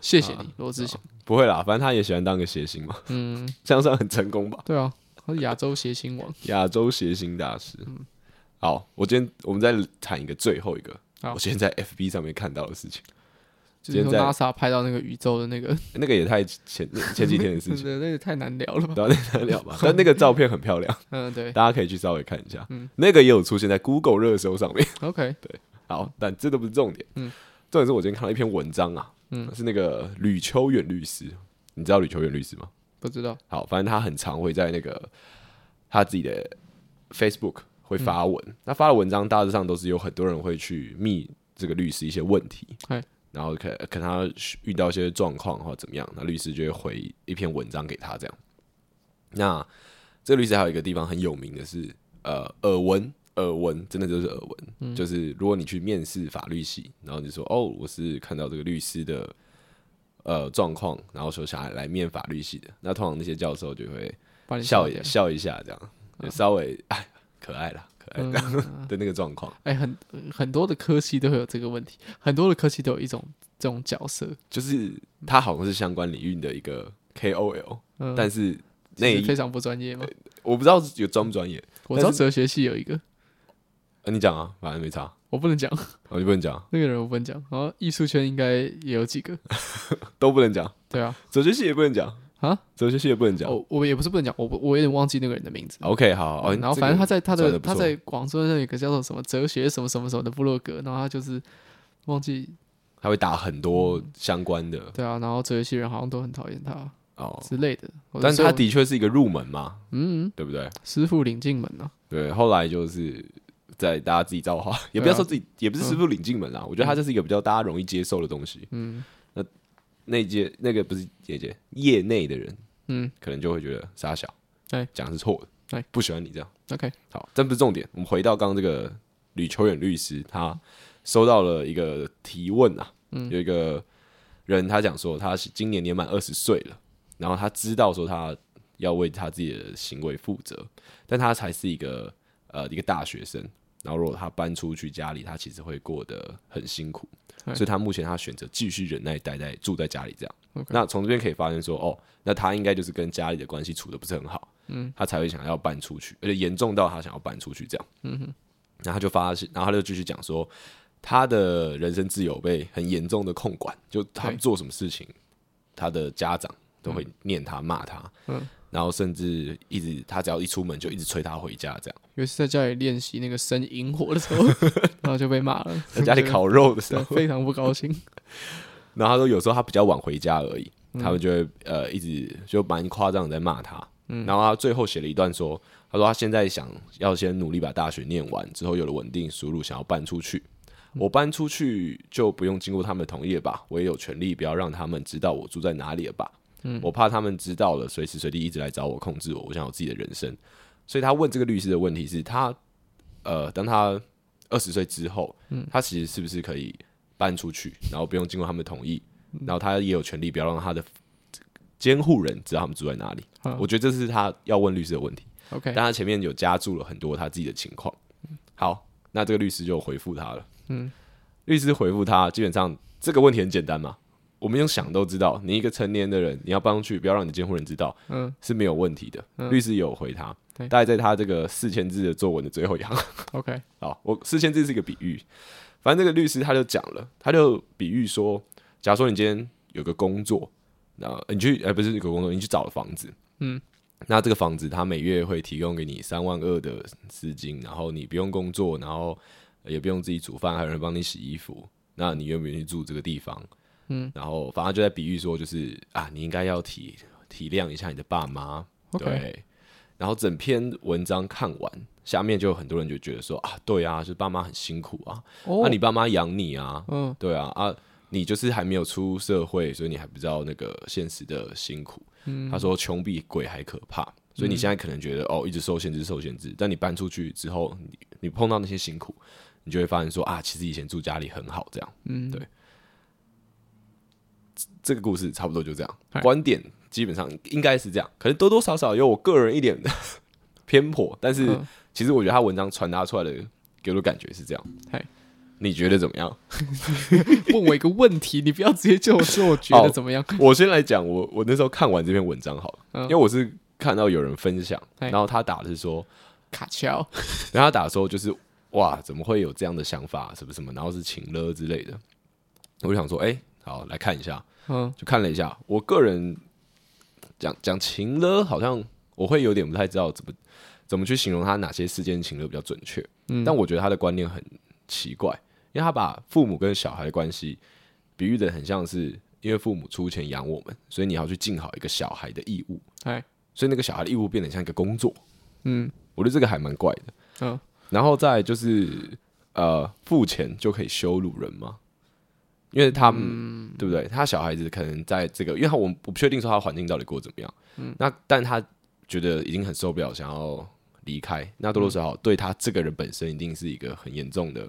[SPEAKER 1] 谢谢你罗志祥，
[SPEAKER 2] 不会啦，反正他也喜欢当个谐星嘛，
[SPEAKER 1] 嗯，
[SPEAKER 2] 这样算很成功吧？
[SPEAKER 1] 对啊，他是亚洲谐星王，
[SPEAKER 2] 亚洲谐星大师。
[SPEAKER 1] 嗯
[SPEAKER 2] 好，我今天我们再谈一个最后一个，
[SPEAKER 1] 好
[SPEAKER 2] 我今天在 FB 上面看到的事情，
[SPEAKER 1] 就是
[SPEAKER 2] 今
[SPEAKER 1] 说
[SPEAKER 2] 天在
[SPEAKER 1] NASA 拍到那个宇宙的那 个，
[SPEAKER 2] 那个也太前前几天的事
[SPEAKER 1] 真
[SPEAKER 2] 情，
[SPEAKER 1] 的那个太难聊了吧？
[SPEAKER 2] 然后再聊 吧。但那个照片很漂亮，
[SPEAKER 1] 嗯，对嗯
[SPEAKER 2] 大家可以去稍微看一下。那个也有出现在 Google 热搜上面。
[SPEAKER 1] ，OK，
[SPEAKER 2] 好，但这都不是重点。
[SPEAKER 1] 嗯
[SPEAKER 2] 重点是我今天看到一篇文章啊，
[SPEAKER 1] 嗯
[SPEAKER 2] 是那个吕秋远律师，你知道吕秋远律师吗？
[SPEAKER 1] 不知道，
[SPEAKER 2] 好，反正他很常会在那个他自己的 Facebook 会发文，那发的文章大致上都是有很多人会去密这个律师一些问题
[SPEAKER 1] 嗨，
[SPEAKER 2] 然后可可能他遇到一些状况或者怎么样，那律师就会回一篇文章给他这样。那这个律师还有一个地方很有名的是，呃，耳闻，耳闻，真的就是耳闻，就是如果你去面试法律系，然后你说哦，我是看到这个律师的呃状况，然后说想来来面法律系的，那通常那些教授就会
[SPEAKER 1] 把你
[SPEAKER 2] 笑
[SPEAKER 1] 一
[SPEAKER 2] 一笑一下，这样就稍微 哎可爱啦，可爱
[SPEAKER 1] 嗯
[SPEAKER 2] 哎这样的那个状况，
[SPEAKER 1] 哎、很呃很多的科系都会有这个问题，很多的科系都有一种这种角色，
[SPEAKER 2] 就是他好像是相关领域的一个 KOL，
[SPEAKER 1] 嗯，
[SPEAKER 2] 但是
[SPEAKER 1] 就
[SPEAKER 2] 那
[SPEAKER 1] 是
[SPEAKER 2] 一呃
[SPEAKER 1] 非常不专业嘛。
[SPEAKER 2] 我不知道有专不专业，
[SPEAKER 1] 我知道
[SPEAKER 2] 但是
[SPEAKER 1] 哲学系有一个，
[SPEAKER 2] 呃你讲啊，反正没差，
[SPEAKER 1] 我不能讲
[SPEAKER 2] 我就不能讲，
[SPEAKER 1] 那个人，我不能讲。然后艺术圈应该也有几个，
[SPEAKER 2] 都不能讲，
[SPEAKER 1] 对啊，
[SPEAKER 2] 哲学系也不能讲
[SPEAKER 1] 啊，
[SPEAKER 2] 哲学系也不能讲。
[SPEAKER 1] 哦，我也不是不能讲，我不我有点忘记那个人的名字。嗯
[SPEAKER 2] OK，好，哦，
[SPEAKER 1] 然后
[SPEAKER 2] 这个
[SPEAKER 1] 反正他在他
[SPEAKER 2] 转
[SPEAKER 1] 的
[SPEAKER 2] 得不
[SPEAKER 1] 他
[SPEAKER 2] 错
[SPEAKER 1] 在广州那有一个叫做什么哲学什么什么什么的部落格，然后他就是忘记
[SPEAKER 2] 他会打很多相关的
[SPEAKER 1] 对啊，然后哲学系人好像都很讨厌他
[SPEAKER 2] 哦，
[SPEAKER 1] 之类的。我
[SPEAKER 2] 但
[SPEAKER 1] 所以
[SPEAKER 2] 他
[SPEAKER 1] 我
[SPEAKER 2] 的确是一个入门嘛，
[SPEAKER 1] 嗯嗯
[SPEAKER 2] 对不对？
[SPEAKER 1] 师傅领进门啊，
[SPEAKER 2] 对，后来就是在大家自己造化， 也不
[SPEAKER 1] 啊
[SPEAKER 2] 要说自己，也不是师傅领进门啦。我觉得他这是一个比较大家容易接受的东西。
[SPEAKER 1] 嗯
[SPEAKER 2] 那届那个不是姐姐，业内的人
[SPEAKER 1] 嗯
[SPEAKER 2] 可能就会觉得傻小，
[SPEAKER 1] 哎
[SPEAKER 2] 讲的是错的，
[SPEAKER 1] 哎
[SPEAKER 2] 不喜欢你这样。
[SPEAKER 1] ，OK，
[SPEAKER 2] 好，但不是重点，我们回到刚刚这个吕秋远律师，他收到了一个提问啊，
[SPEAKER 1] 嗯
[SPEAKER 2] 有一个人他讲说，他是今年年满二十岁了，然后他知道说他要为他自己的行为负责，但他才是一个呃一个大学生，然后如果他搬出去家里，他其实会过得很辛苦，
[SPEAKER 1] 对
[SPEAKER 2] 所以他目前他选择继续忍耐，待在住在家里这样。
[SPEAKER 1] OK
[SPEAKER 2] 那从这边可以发现说，哦，那他应该就是跟家里的关系处的不是很好，嗯，他才会想要搬出去，而且严重到他想要搬出去这样，嗯哼，然后他就发现，然后他就继续讲说，他的人身自由被很严重的控管，就他
[SPEAKER 1] 对
[SPEAKER 2] 做什么事情，他的家长都会念他骂他，
[SPEAKER 1] 嗯，
[SPEAKER 2] 然后甚至一直他只要一出门就一直催他回家这样。
[SPEAKER 1] 有一次在家里练习那个生萤火的时 候，然后就被骂了，
[SPEAKER 2] 在家里烤肉的时
[SPEAKER 1] 对，
[SPEAKER 2] 候，
[SPEAKER 1] 非常不高兴。
[SPEAKER 2] 然后他说有时候他比较晚回家而已，他们就会呃一直就蛮夸张的在骂他。然后他最后写了一段说，他说他现在想要先努力把大学念完，之后有了稳定收入，想要搬出去。我搬出去就不用经过他们的同意了吧？我也有权利不要让他们知道我住在哪里了吧？我怕他们知道了，随时随地一直来找我控制我，我想我自己的人生。所以他问这个律师的问题是他，呃，当他二十岁之后，他其实是不是可以搬出去，然后不用经过他们同意，然后他也有权利不要让他的监护人知道他们住在哪里
[SPEAKER 1] 嗯。
[SPEAKER 2] 我觉得这是他要问律师的问题。
[SPEAKER 1] OK，
[SPEAKER 2] 但他前面有加注了很多他自己的情况。好，那这个律师就回复他了。
[SPEAKER 1] 嗯，
[SPEAKER 2] 律师回复他，基本上这个问题很简单嘛，我们用想都知道，你一个成年的人，你要搬出去，不要让你的监护人知道
[SPEAKER 1] 嗯
[SPEAKER 2] 是没有问题的。律师也有回他，
[SPEAKER 1] 对
[SPEAKER 2] 大概在他这个四千字的作文的最后一行。
[SPEAKER 1] ，OK，
[SPEAKER 2] 好，我四千字是一个比喻，反正这个律师他就讲了，他就比喻说，假如说你今天有个工作，那呃你去，呃，不是有个工作，你去找了房子，
[SPEAKER 1] 嗯，
[SPEAKER 2] 那这个房子它每月会提供给你三万二的资金，然后你不用工作，然后也不用自己煮饭，还有人帮你洗衣服，那你愿不愿意住这个地方？
[SPEAKER 1] 嗯，
[SPEAKER 2] 然后反正就在比喻说，就是啊，你应该要体体谅一下你的爸妈，
[SPEAKER 1] OK
[SPEAKER 2] 对。然后整篇文章看完，下面就有很多人就觉得说啊，对啊，就是爸妈很辛苦啊，那、
[SPEAKER 1] 哦，
[SPEAKER 2] 你爸妈养你啊，
[SPEAKER 1] 嗯
[SPEAKER 2] 对啊啊，你就是还没有出社会，所以你还不知道那个现实的辛苦。
[SPEAKER 1] 嗯
[SPEAKER 2] 他说穷比鬼还可怕，所以你现在可能觉得、哦，一直受限制受限制，但你搬出去之后，你你碰到那些辛苦，你就会发现说啊，其实以前住家里很好，这样
[SPEAKER 1] 嗯，
[SPEAKER 2] 对这个故事差不多就这样
[SPEAKER 1] 嗨，
[SPEAKER 2] 观点基本上应该是这样，可能多多少少有我个人一点的 偏颇，但是
[SPEAKER 1] 嗯
[SPEAKER 2] 其实我觉得他文章传达出来的给我的感觉是这样
[SPEAKER 1] 嗨。
[SPEAKER 2] 你觉得怎么样？
[SPEAKER 1] 问我一个问题，你不要直接就说我觉得
[SPEAKER 2] 哦
[SPEAKER 1] 怎么样？
[SPEAKER 2] 我先来讲，我我那时候看完这篇文章好了，
[SPEAKER 1] 嗯
[SPEAKER 2] 因为我是看到有人分享，
[SPEAKER 1] 嘿
[SPEAKER 2] 然后他打的是说，
[SPEAKER 1] 卡乔，
[SPEAKER 2] 然后他打的时候就是哇，怎么会有这样的想法，什么什么，然后是情了之类的，我就想说，哎、好来看一下，
[SPEAKER 1] 嗯
[SPEAKER 2] 就看了一下，我个人讲讲情了，好像我会有点不太知道怎么怎么去形容他哪些事件情了比较准确，
[SPEAKER 1] 嗯，
[SPEAKER 2] 但我觉得他的观念很奇怪，因为他把父母跟小孩的关系比喻的很像是，因为父母出钱养我们，所以你要去尽好一个小孩的义务，
[SPEAKER 1] 哎，
[SPEAKER 2] 所以那个小孩的义务变得像一个工作，
[SPEAKER 1] 嗯
[SPEAKER 2] 我觉得这个还蛮怪的。
[SPEAKER 1] 嗯，
[SPEAKER 2] 然后再来就是呃，付钱就可以羞辱人吗？因为他们、
[SPEAKER 1] 嗯
[SPEAKER 2] 对不对？他小孩子可能在这个，因为他我们我不确定说他的环境到底过得怎么样，嗯，那但他觉得已经很受不了，想要离开，那多多少少对他这个人本身一定是一个很严重的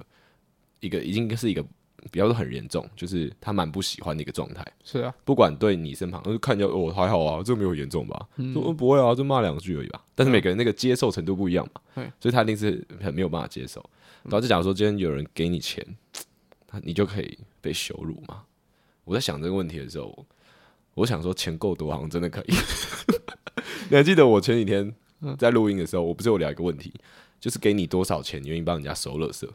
[SPEAKER 2] 一个，已经是一个比较说很严重，就是他蛮不喜欢的一个状态。
[SPEAKER 1] 是啊，
[SPEAKER 2] 不管对你身旁，呃看起来我、哦、还好啊，这没有严重吧？说、呃不会啊，就骂两句而已吧。但是每个人那个接受程度不一样嘛，
[SPEAKER 1] 对
[SPEAKER 2] 所以他一定是很没有办法接受。然后就讲说，今天有人给你钱，他你就可以被羞辱嘛？我在想这个问题的时候，我我想说钱够多，好像真的可以。你还记得我前几天在录音的时候，我不是有聊一个问题，就是给你多少钱，你愿意帮人家收垃圾？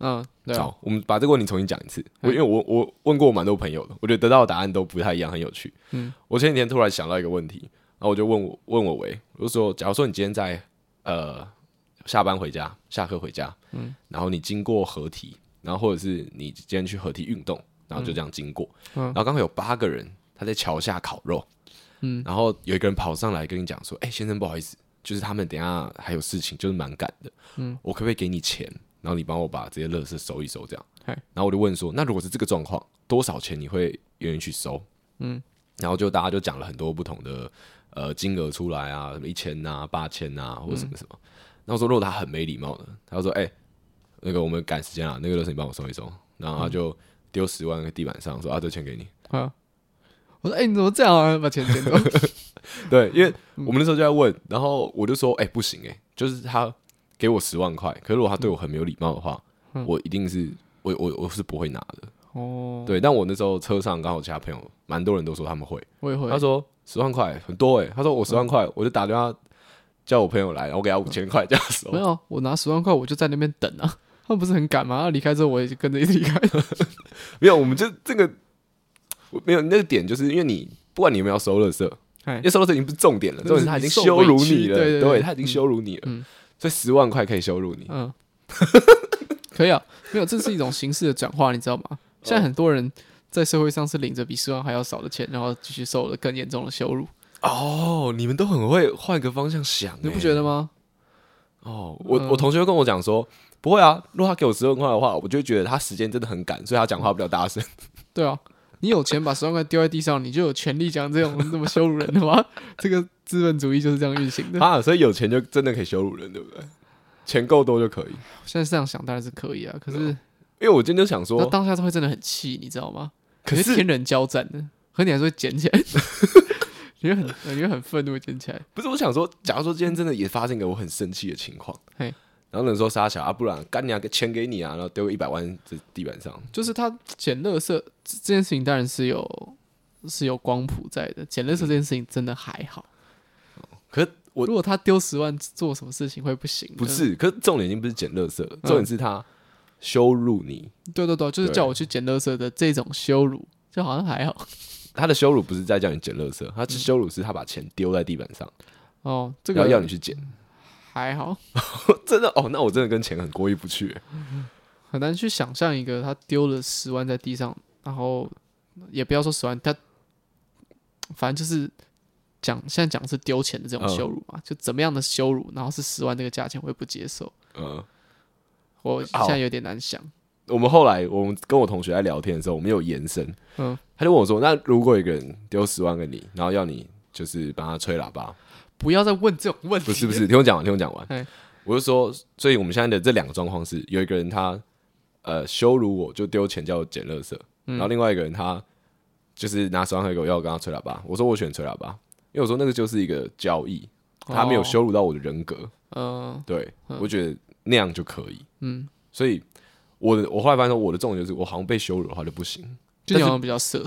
[SPEAKER 1] 嗯，对啊，
[SPEAKER 2] 好，我们把这个问题重新讲一次。我
[SPEAKER 1] 嗯
[SPEAKER 2] 因为我我问过我蛮多朋友的，我觉得得到的答案都不太一样，很有趣。
[SPEAKER 1] 嗯，
[SPEAKER 2] 我前几天突然想到一个问题，然后我就问我问我喂，我就说，假如说你今天在呃下班回家，下课回家，嗯，然后你经过合体，然后或者是你今天去合体运动，然后就这样经过，
[SPEAKER 1] 嗯
[SPEAKER 2] 然后刚好有八个人他在桥下烤肉，
[SPEAKER 1] 嗯，
[SPEAKER 2] 然后有一个人跑上来跟你讲说，哎、先生不好意思，就是他们等一下还有事情，就是蛮赶的，嗯，我可不可以给你钱？然后你帮我把这些垃圾收一收，这样。
[SPEAKER 1] 嗨
[SPEAKER 2] 然后我就问说，那如果是这个状况，多少钱你会愿意去收？
[SPEAKER 1] 嗯，
[SPEAKER 2] 然后就大家就讲了很多不同的呃金额出来啊，什么一千呐、八千呐，或者什么什么。那我说，如果他很没礼貌的，他就说，哎、那个我们赶时间啊，那个垃圾你帮我收一收。然后他就丢十万个地板上，说啊，这钱给你。
[SPEAKER 1] 嗯，我说哎，你怎么这样啊？把钱捡走，
[SPEAKER 2] 对，因为
[SPEAKER 1] 嗯
[SPEAKER 2] 我们那时候就在问，然后我就说，哎、不行、哎，就是他给我十万块，可是如果他对我很没有礼貌的话，我一定是我我我是不会拿的。
[SPEAKER 1] 嗯哦，
[SPEAKER 2] 对，但我那时候车上刚好其他朋友，蛮多人都说他们会，
[SPEAKER 1] 我也会
[SPEAKER 2] 他，说十万块很多哎、他说我十万块，我就打电话叫我朋友来，然后我给他五千块这样哦
[SPEAKER 1] 没
[SPEAKER 2] 说。
[SPEAKER 1] 有，我拿十万块，我就在那边等啊。他们不是很赶吗？他离开之后，我也就跟着一起离开。
[SPEAKER 2] 没有，我们就这个我没有那个点，就是因为你不管你有没有要收垃圾，
[SPEAKER 1] 哎
[SPEAKER 2] 因为收垃圾已经不是重点了，
[SPEAKER 1] 就是
[SPEAKER 2] 重点是他已经羞辱你了，
[SPEAKER 1] 你受委屈对对对
[SPEAKER 2] 他已经羞辱你了，
[SPEAKER 1] 嗯
[SPEAKER 2] 所以十万块可以羞辱你。
[SPEAKER 1] 嗯， 可以啊，没有，这是一种形式的转化，你知道吗？
[SPEAKER 2] 哦
[SPEAKER 1] 现在很多人在社会上是领着比十万还要少的钱，然后继续受了更严重的羞辱，
[SPEAKER 2] 哦，你们都很会换个方向想、
[SPEAKER 1] 你不觉嗯
[SPEAKER 2] 得？
[SPEAKER 1] 得吗？
[SPEAKER 2] 哦，我我同学跟我讲说，不会啊，如果他给我十万块的话，我就会觉得他时间真的很赶，所以他讲话比较 大声。
[SPEAKER 1] 对啊，你有钱把十万块丢在地上，你就有权利讲这种那么羞辱人的话。这个资本主义就是这样运行的。
[SPEAKER 2] 啊，所以有钱就真的可以羞辱人，对不对？钱够多就可以。
[SPEAKER 1] 现在这样想当然是可以啊，可是
[SPEAKER 2] 因为我今天就想
[SPEAKER 1] 那
[SPEAKER 2] 说，
[SPEAKER 1] 当下都会真的很气，你知道吗？
[SPEAKER 2] 可
[SPEAKER 1] 你
[SPEAKER 2] 是
[SPEAKER 1] 天人交战的，和你还是会捡起来， 你会很你会很愤怒地捡起来。
[SPEAKER 2] 不是我想说，假如说今天真的也发生一个我很生气的情况，
[SPEAKER 1] 嘿
[SPEAKER 2] 然后人说杀小啊，不然干你啊，给钱给你啊，然后丢个一百万在地板上，
[SPEAKER 1] 就是他捡垃圾这这件事情，当然是有是有光谱在的。捡垃圾这件事情真的还好。
[SPEAKER 2] 可是我
[SPEAKER 1] 如果他丢十万做什么事情会不行？
[SPEAKER 2] 嗯不，是，可是重点已经不是捡垃圾
[SPEAKER 1] 嗯
[SPEAKER 2] 了，重点是他羞辱你，
[SPEAKER 1] 对对对，就是
[SPEAKER 2] 对
[SPEAKER 1] 叫我去捡垃圾的这种羞辱，就好像还好。
[SPEAKER 2] 他的羞辱不是在叫你捡垃圾，他的羞辱是他把钱丢在地板上，
[SPEAKER 1] 哦，这
[SPEAKER 2] 然后要你
[SPEAKER 1] 个
[SPEAKER 2] 去捡，
[SPEAKER 1] 还好，
[SPEAKER 2] 真的哦，那我真的跟钱很过意不去，欸
[SPEAKER 1] 很难去想象一个他丢了十万在地上，然后也不要说十万，他反正就是讲现在讲是丢钱的这种
[SPEAKER 2] 嗯
[SPEAKER 1] 羞辱嘛，就怎么样的羞辱，然后是十万这个价钱我也不接受，
[SPEAKER 2] 嗯。
[SPEAKER 1] 我现在有点难想。
[SPEAKER 2] 我们后来我们跟我同学在聊天的时候，我们有延伸，
[SPEAKER 1] 嗯
[SPEAKER 2] 他就问我说：“那如果有一个人丢十万给你，然后要你就是帮他吹喇叭，
[SPEAKER 1] 不要再问这种问题。
[SPEAKER 2] 不是不是，听我讲完，听我讲
[SPEAKER 1] 嘿
[SPEAKER 2] 完。”我就说，所以我们现在的这两个状况是，有一个人他呃羞辱我就丢钱叫我捡垃圾，
[SPEAKER 1] 嗯
[SPEAKER 2] 然后另外一个人他就是拿十万块给我要我跟他吹喇叭，我说我选吹喇叭，因为我说那个就是一个交易，他没有羞辱到我的人格，
[SPEAKER 1] 嗯
[SPEAKER 2] 对我觉得那样就可以。
[SPEAKER 1] 嗯，
[SPEAKER 2] 所以我的我后来发现我的重点就是，我好像被羞辱的话就不行。
[SPEAKER 1] 就你好像比较色，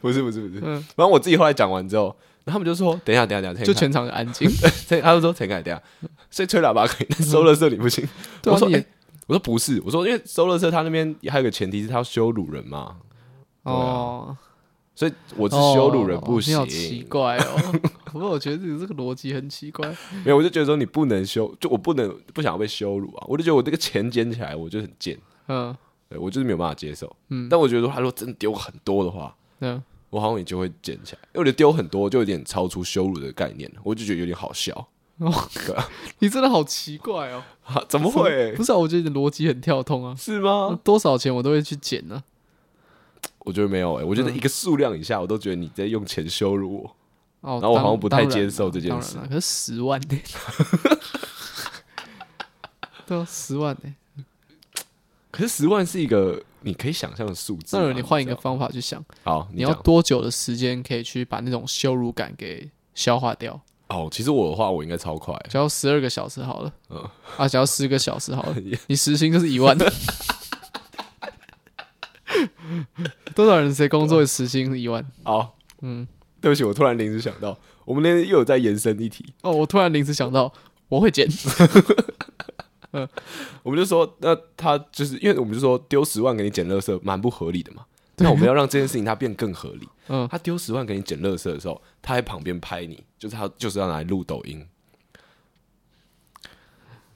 [SPEAKER 2] 不是不是不是，
[SPEAKER 1] 嗯
[SPEAKER 2] 然后我自己后来讲完之后，然后他们就说：“等一下，等一下，等一下，
[SPEAKER 1] 就
[SPEAKER 2] 陈
[SPEAKER 1] 全场很安静。
[SPEAKER 2] 陈，他就说陈凯， 等一下，所以吹喇叭可以，但收垃圾你不行。
[SPEAKER 1] 对啊
[SPEAKER 2] 我说：“
[SPEAKER 1] 你
[SPEAKER 2] 哎、
[SPEAKER 1] 也
[SPEAKER 2] 我说不是，我说因为收垃圾他那边还有个前提是他要羞辱人嘛，
[SPEAKER 1] 哦，
[SPEAKER 2] 所以啊我
[SPEAKER 1] 我
[SPEAKER 2] 是羞辱人不行。
[SPEAKER 1] 哦你好奇怪哦。 不过我觉得你这个逻辑很奇怪。
[SPEAKER 2] 没有，我就觉得说你不能羞，就我不能不想要被羞辱啊，我就觉得我这个钱捡起来我就很贱，
[SPEAKER 1] 嗯
[SPEAKER 2] 对我就是没有办法接受。嗯，但我觉得他如果真的丢很多的话。”
[SPEAKER 1] 嗯，
[SPEAKER 2] 我好像也就会捡起来，因为我觉得丢很多就有点超出羞辱的概念了，我就觉得有点好笑。
[SPEAKER 1] 你真的好奇怪哦。
[SPEAKER 2] 啊、怎 么会？
[SPEAKER 1] 不是啊，我觉得你的逻辑很跳通啊。
[SPEAKER 2] 是吗？
[SPEAKER 1] 多少钱我都会去捡啊呢、
[SPEAKER 2] 我觉得没有欸诶、我
[SPEAKER 1] 嗯
[SPEAKER 2] 觉得一个数量以下，我都觉得你在用钱羞辱我。
[SPEAKER 1] 哦，
[SPEAKER 2] 然后我
[SPEAKER 1] 当
[SPEAKER 2] 好像不太
[SPEAKER 1] 当然
[SPEAKER 2] 接受
[SPEAKER 1] 啦
[SPEAKER 2] 这件
[SPEAKER 1] 当然
[SPEAKER 2] 事
[SPEAKER 1] 啦可是十万呢、 对啊，十万呢、
[SPEAKER 2] 可是十万是一个你可以想象的数字
[SPEAKER 1] 那
[SPEAKER 2] 吗。
[SPEAKER 1] 如果你换一
[SPEAKER 2] 知
[SPEAKER 1] 个
[SPEAKER 2] 道
[SPEAKER 1] 方法去想，
[SPEAKER 2] 好，你
[SPEAKER 1] 你要
[SPEAKER 2] 讲
[SPEAKER 1] 多久的时间可以去把那种羞辱感给消化掉？
[SPEAKER 2] 哦。其实我的话，我应该超快。
[SPEAKER 1] 只要十二个小时好了，
[SPEAKER 2] 嗯
[SPEAKER 1] 啊，只要十个小时好 了，你时薪就是一万。 多少人谁工作时薪一万？
[SPEAKER 2] 好，
[SPEAKER 1] 嗯，
[SPEAKER 2] 对不起，我突然临时想到，我们那天又有在延伸一题，
[SPEAKER 1] 哦，我突然临时想到，我会减。
[SPEAKER 2] 我们就说，那他就是因为我们就说丢十万给你捡垃圾，蛮不合理的嘛。
[SPEAKER 1] 对啊
[SPEAKER 2] 那我们要让这件事情它变更合理。
[SPEAKER 1] 嗯
[SPEAKER 2] 他丢十万给你捡垃圾的时候，他在旁边拍你，就是他就是要拿来录抖音。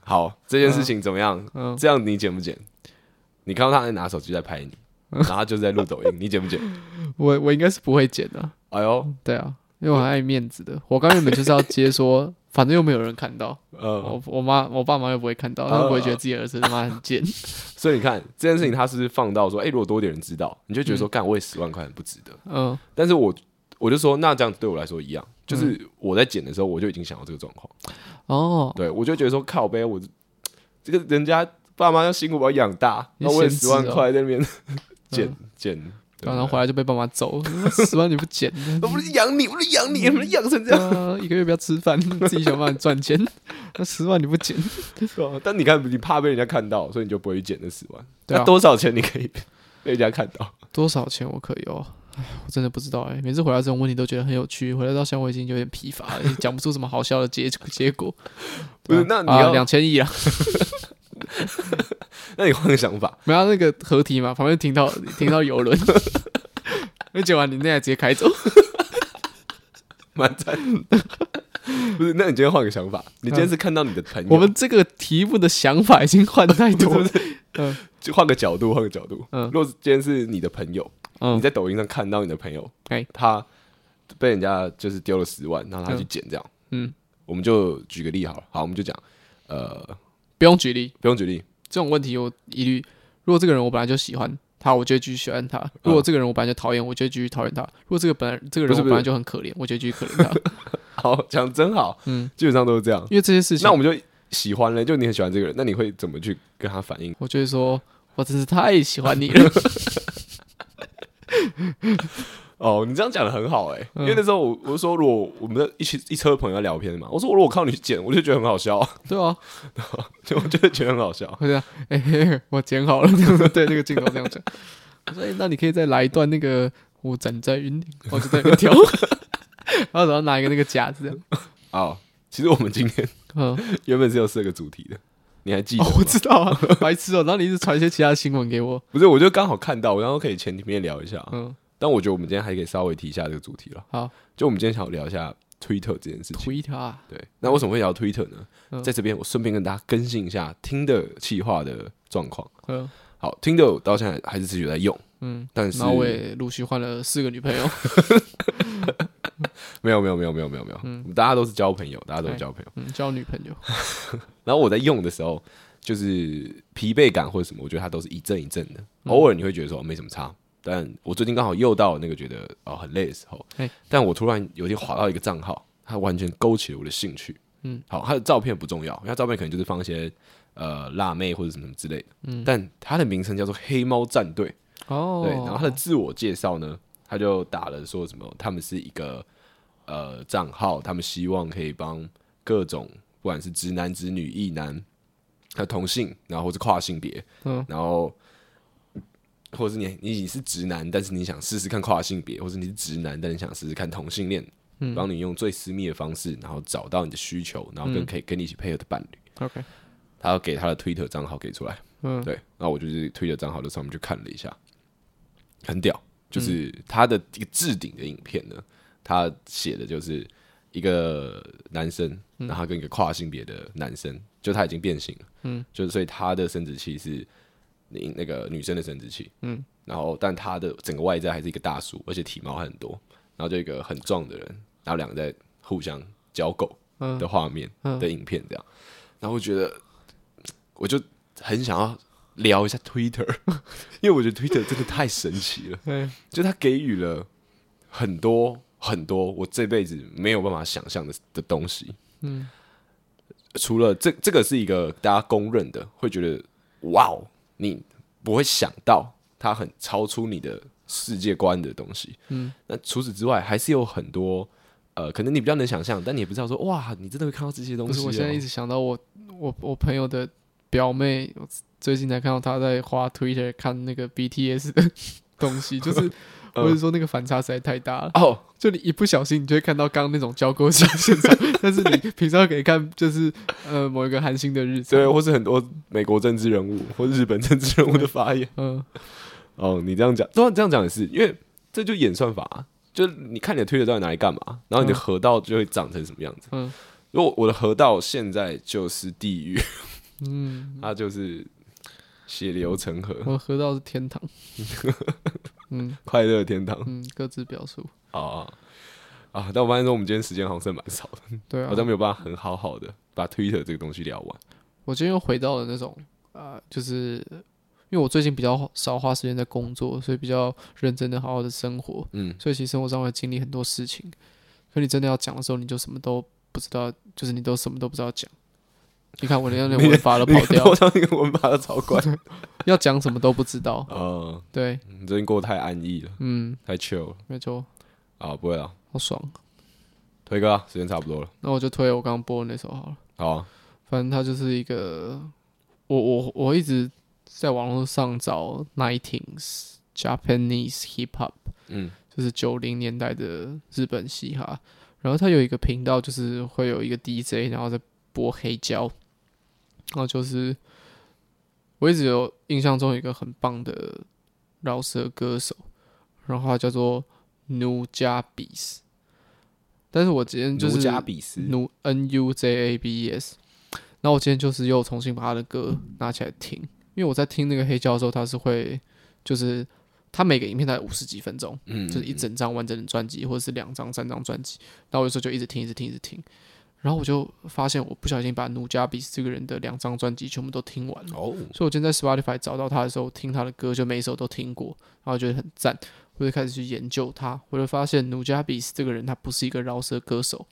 [SPEAKER 2] 好，这件事情怎么样？
[SPEAKER 1] 嗯
[SPEAKER 2] 这样你剪不剪？你看到他在拿手机在拍你，然后他就是在 录抖音，你剪不剪？
[SPEAKER 1] 我我应该是不会减的，
[SPEAKER 2] 哎呦，
[SPEAKER 1] 对啊，因为我很爱面子的。我刚原本就是要接说， 反正又没有人看到，
[SPEAKER 2] 呃，
[SPEAKER 1] 我我妈我爸妈又不会看
[SPEAKER 2] 啊
[SPEAKER 1] 到，他们不会觉得自己儿子他妈很 贱。
[SPEAKER 2] 所以你看这件事情，他是不是放到说，哎、如果多一点人知道，你就觉得说，干、我也十万块很不值得。
[SPEAKER 1] 嗯，
[SPEAKER 2] 但是我我就说，那这样子对我来说一样，就是我在剪的时候，我就已经想到这个状况，
[SPEAKER 1] 哦，
[SPEAKER 2] 对我就觉得说，靠呗，我这个人家爸妈要辛苦把我养大，
[SPEAKER 1] 你
[SPEAKER 2] 那我也
[SPEAKER 1] 先知
[SPEAKER 2] 十
[SPEAKER 1] 哦
[SPEAKER 2] 万块在 那边剪、
[SPEAKER 1] 嗯
[SPEAKER 2] 剪，对啊
[SPEAKER 1] 然后
[SPEAKER 2] 不
[SPEAKER 1] 回来就被爸妈揍， 十万你不减，
[SPEAKER 2] 对，我不是养你，我不是养
[SPEAKER 1] 嗯
[SPEAKER 2] 你，我不是养成这
[SPEAKER 1] 对
[SPEAKER 2] 样。
[SPEAKER 1] 啊，一个月不要吃饭， 自己想办法赚钱。那十万你不减，
[SPEAKER 2] 对啊但你看，你怕被人家看到，所以你就不会捡那十万。
[SPEAKER 1] 对啊
[SPEAKER 2] 那多少钱你可以被人家看到？
[SPEAKER 1] 多少钱我可以哦？唉我真的不知道哎、每次回答这种问题都觉得很有趣，回答到现在我已经有点疲乏了， 也讲不出什么好笑的结结果。
[SPEAKER 2] 不是
[SPEAKER 1] 对啊
[SPEAKER 2] 那你要
[SPEAKER 1] 啊两千亿 啊？
[SPEAKER 2] 那你换个想法，
[SPEAKER 1] 没有、啊、那个合体嘛，旁边停到停到游 轮，那剪完你那台直接开走。
[SPEAKER 2] 蛮赞 的。不是，那你今天换个想法，你今天是看到你的朋友，
[SPEAKER 1] 我们这个题目的想法已经换太多了。嗯
[SPEAKER 2] 就换个角度，换个角度。
[SPEAKER 1] 嗯
[SPEAKER 2] 如果今天是你的朋友，你
[SPEAKER 1] 嗯，
[SPEAKER 2] 在抖音上看到你的朋友，
[SPEAKER 1] 哎
[SPEAKER 2] 他被人家就是丢了十万，然后他去捡这样。
[SPEAKER 1] 嗯嗯，
[SPEAKER 2] 我们就举个例好了，好，我们就讲，呃，
[SPEAKER 1] 不用举例，
[SPEAKER 2] 不用举例，
[SPEAKER 1] 这种问题我一律，如果这个人我本来就喜欢他，我就会继续喜欢他；
[SPEAKER 2] 嗯
[SPEAKER 1] 如果这个人我本来就讨厌，我就会继续讨厌他；如果这个本来这个
[SPEAKER 2] 不
[SPEAKER 1] 人我
[SPEAKER 2] 是不是
[SPEAKER 1] 本来就很可怜，我就会继续可怜他。
[SPEAKER 2] 好，讲真好，
[SPEAKER 1] 嗯，
[SPEAKER 2] 基本上都是这样。
[SPEAKER 1] 因为这些事情，
[SPEAKER 2] 那我们就喜欢了，就你很喜欢这个人，那你会怎么去跟他反应？
[SPEAKER 1] 我就会说，我真是太喜欢你了。
[SPEAKER 2] 哦，你这样讲的很好哎、
[SPEAKER 1] 嗯
[SPEAKER 2] 因为那时候我我说如果我们的一起一车朋友在聊天嘛，我说如果我靠你去捡，我就觉得很好笑，
[SPEAKER 1] 对啊，
[SPEAKER 2] 就我就会觉得很好笑。
[SPEAKER 1] 我就这样，哎、嘿嘿我剪好了，这样子对那个镜头这样讲。我说，哎、那你可以再来一段那个我站在云顶，我就在那边跳，然后然后拿一个那个夹子这样。
[SPEAKER 2] 哦，其实我们今天
[SPEAKER 1] 嗯，
[SPEAKER 2] 原本是有四个主题的，你还记得吗？
[SPEAKER 1] 哦，我知道啊，白痴哦、然后你一直传一些其他新闻给我，
[SPEAKER 2] 不是，我就刚好看到，我然后可以前面聊一下啊、
[SPEAKER 1] 嗯，
[SPEAKER 2] 但我觉得我们今天还可以稍微提一下这个主题了。
[SPEAKER 1] 好，
[SPEAKER 2] 就我们今天想聊一下 Twitter 这件事情。
[SPEAKER 1] 推他啊，
[SPEAKER 2] 对，那为什么会聊 Twitter 呢？
[SPEAKER 1] 嗯
[SPEAKER 2] 在这边我顺便跟大家更新一下听的企划的状况。
[SPEAKER 1] 嗯
[SPEAKER 2] 好，听的我到现在还是持续在用，
[SPEAKER 1] 嗯，
[SPEAKER 2] 但是
[SPEAKER 1] 然后我也陆续换了四个女朋友，
[SPEAKER 2] 没有没有没有没有没有没有，我们大家都是交朋友，大家都是交朋友。
[SPEAKER 1] 嗯，交女朋友，
[SPEAKER 2] 然后我在用的时候，就是疲惫感或者什么，我觉得它都是一阵一阵的。
[SPEAKER 1] 嗯
[SPEAKER 2] 偶尔你会觉得说、哦没什么差，但我最近刚好又到那个觉得哦很累的时候
[SPEAKER 1] 嘿，
[SPEAKER 2] 但我突然有一天滑到一个账号，它完全勾起了我的兴趣。
[SPEAKER 1] 嗯，
[SPEAKER 2] 好，它的照片不重要，因为它照片可能就是放一些呃辣妹或者什么什么之类的。
[SPEAKER 1] 嗯，
[SPEAKER 2] 但它的名称叫做黑猫战队。
[SPEAKER 1] 哦，
[SPEAKER 2] 对，然后他的自我介绍呢，他就打了说什么，他们是一个呃账号，他们希望可以帮各种不管是直男、直女、异男，还有同性，然后或是跨性别，
[SPEAKER 1] 嗯，
[SPEAKER 2] 然后或者是你你已经是直男，但是你想试试看跨性别，或者你是直男，但你想试试看同性恋，
[SPEAKER 1] 嗯
[SPEAKER 2] 帮你用最私密的方式，然后找到你的需求，然后
[SPEAKER 1] 嗯
[SPEAKER 2] 跟可以跟你一起配合的伴侣，
[SPEAKER 1] OK，
[SPEAKER 2] 他要给他的推特账号给出来。
[SPEAKER 1] 嗯，
[SPEAKER 2] 对，那我就是推着账号的上面去看了一下，很屌，就是他的一个置顶的影片呢，他写的就是一个男生，然后他跟一个跨性别的男生，就他已经变性了，
[SPEAKER 1] 嗯，
[SPEAKER 2] 就是所以他的生殖器是那那个女生的生殖器，
[SPEAKER 1] 嗯，
[SPEAKER 2] 然后但他的整个外在还是一个大叔，而且体毛还很多，然后就一个很壮的人，然后两个在互相交媾
[SPEAKER 1] 嗯
[SPEAKER 2] 的画面、
[SPEAKER 1] 嗯
[SPEAKER 2] 的影片这样，然后我觉得我就很想要聊一下 Twitter，因为 我觉得 Twitter 真的太神奇了，
[SPEAKER 1] 对，
[SPEAKER 2] 就它给予了很多很多我这辈子没有办法想象的的东西。
[SPEAKER 1] 嗯，
[SPEAKER 2] 除了这，这个是一个大家公认的，会觉得哇哦，你不会想到它很超出你的世界观的东西。
[SPEAKER 1] 嗯，
[SPEAKER 2] 那除此之外，还是有很多呃，可能你比较能想象，但你也不知道说哇，你真的会看到这些东
[SPEAKER 1] 不
[SPEAKER 2] 西、
[SPEAKER 1] 是，
[SPEAKER 2] 哦。
[SPEAKER 1] 我现在一直想到我我我朋友的表妹，我最近才看到她在花 Twitter 看那个 BTS 的 东西， 就是。
[SPEAKER 2] 嗯
[SPEAKER 1] 我是说，那个反差实在太大了。
[SPEAKER 2] 哦，
[SPEAKER 1] 就你一不小心，你就会看到刚刚那种交割机现场， 但是你平常可以看，就是呃某一个寒星的日子。
[SPEAKER 2] 对，或是很多美国政治人物或日本政治人物的发言。
[SPEAKER 1] 嗯，
[SPEAKER 2] 哦，你这样讲，当然这样讲也是，因为这就演算法、啊，就是你看你的推特到底拿来干嘛，然后你的
[SPEAKER 1] 嗯
[SPEAKER 2] 河道就会长成什么样子。
[SPEAKER 1] 嗯
[SPEAKER 2] 如果我的河道现在就是地狱，
[SPEAKER 1] 嗯，
[SPEAKER 2] 它就是血流成河，
[SPEAKER 1] 我喝到是天堂。嗯
[SPEAKER 2] 快乐天堂
[SPEAKER 1] 嗯，各自表述。
[SPEAKER 2] 啊啊！啊但我发现说我们今天时间好像是蛮少的，
[SPEAKER 1] 对啊
[SPEAKER 2] 好，像没有办法很好好的把 Twitter 这个东西聊完。
[SPEAKER 1] 我今天又回到了那种啊、呃就是因为我最近比较少花时间在工作，所以比较认真的好好的生活，
[SPEAKER 2] 嗯，
[SPEAKER 1] 所以其实生活上会经历很多事情。可你真的要讲的时候，你就什么都不知道，就是你都什么都不知道讲。你看我连那文法都 跑掉
[SPEAKER 2] 我，到那个文把它超怪。
[SPEAKER 1] 要讲什么都不知道。
[SPEAKER 2] 嗯，
[SPEAKER 1] 对，
[SPEAKER 2] 你最近过得太安逸了，
[SPEAKER 1] 嗯，
[SPEAKER 2] 太 chill 了
[SPEAKER 1] 没错，
[SPEAKER 2] 啊！不会了，
[SPEAKER 1] 好爽。
[SPEAKER 2] 推哥啊，时间差不多了，
[SPEAKER 1] 那我就推我刚刚播的那首好了。
[SPEAKER 2] 好啊、
[SPEAKER 1] 反正它就是一个，我我我一直在网络上找 Nineteen's Japanese Hip Hop，
[SPEAKER 2] 嗯。
[SPEAKER 1] 就是九零年代的日本嘻哈。然后它有一个频道，就是会有一个 DJ，然后在播黑胶。然后就是我一直有印象中有一个很棒的饶舌歌手，然后他叫做奴加比斯。但是我今天就是
[SPEAKER 2] 奴加比斯，
[SPEAKER 1] Nu N U J A B E S。然后我今天就是又重新把他的歌拿起来听，因为我在听那个黑胶的时候，他是会就是他每个影片大概五十几分钟，
[SPEAKER 2] 嗯，
[SPEAKER 1] 就是一
[SPEAKER 2] 嗯
[SPEAKER 1] 整张完整的专辑，或者是两张、三张专辑。然后我有时候就一直听，一直听，一直听。然后我就发现，我不小心把努加比斯这个人的两张专辑全部都听完了。
[SPEAKER 2] 哦，
[SPEAKER 1] 所以我今天在 Spotify 找到他的时候，听他的歌就每一首都听过，然后觉得很赞。我就开始去研究他，我就发现努加比斯这个人他不是一个饶舌歌手，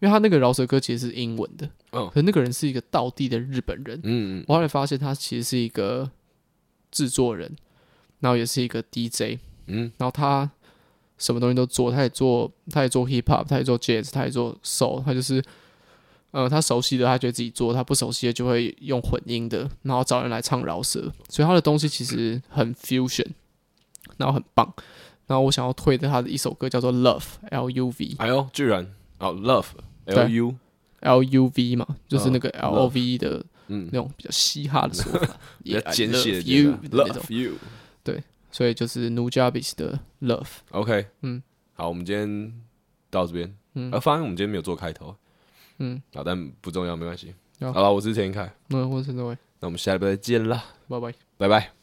[SPEAKER 1] 因为他那个饶舌歌其实是英文的，
[SPEAKER 2] 嗯
[SPEAKER 1] 可是那个人是一个道地的日本人。
[SPEAKER 2] 嗯，嗯
[SPEAKER 1] 我后来发现他其实是一个制作人，然后也是一个 DJ，
[SPEAKER 2] 嗯，
[SPEAKER 1] 然后他什么东西都做，他也做，他也做 hip hop，他也做 jazz，他也做 soul，他就是，呃，他熟悉的他觉得自己做，他不熟悉的就会用混音的，然后找人来唱饶舌，所以他的东西其实很 fusion，然后很棒。然后我想要推的他的一首歌叫做 Love，L U V
[SPEAKER 2] 哎呦，居然哦
[SPEAKER 1] 对
[SPEAKER 2] ，love，l u，
[SPEAKER 1] L U V 嘛，就是
[SPEAKER 2] 嗯
[SPEAKER 1] 那个 L O V E 的
[SPEAKER 2] 嗯，
[SPEAKER 1] 那种比较嘻哈的说法，
[SPEAKER 2] 比较
[SPEAKER 1] Yeah, I
[SPEAKER 2] 简写的
[SPEAKER 1] 呃 love you 的那种。
[SPEAKER 2] love you，OK，
[SPEAKER 1] 所以就是奴加比斯的 Love。嗯，
[SPEAKER 2] 好，我们今天到这边，
[SPEAKER 1] 嗯
[SPEAKER 2] 啊，发现我们今天没有做开头，
[SPEAKER 1] 嗯，
[SPEAKER 2] 好，但不重要，没关系。
[SPEAKER 1] 好
[SPEAKER 2] 好了，我是田凯，
[SPEAKER 1] 那我是陈德伟，
[SPEAKER 2] 那我们下礼拜再见啦，
[SPEAKER 1] 拜拜。
[SPEAKER 2] 拜拜。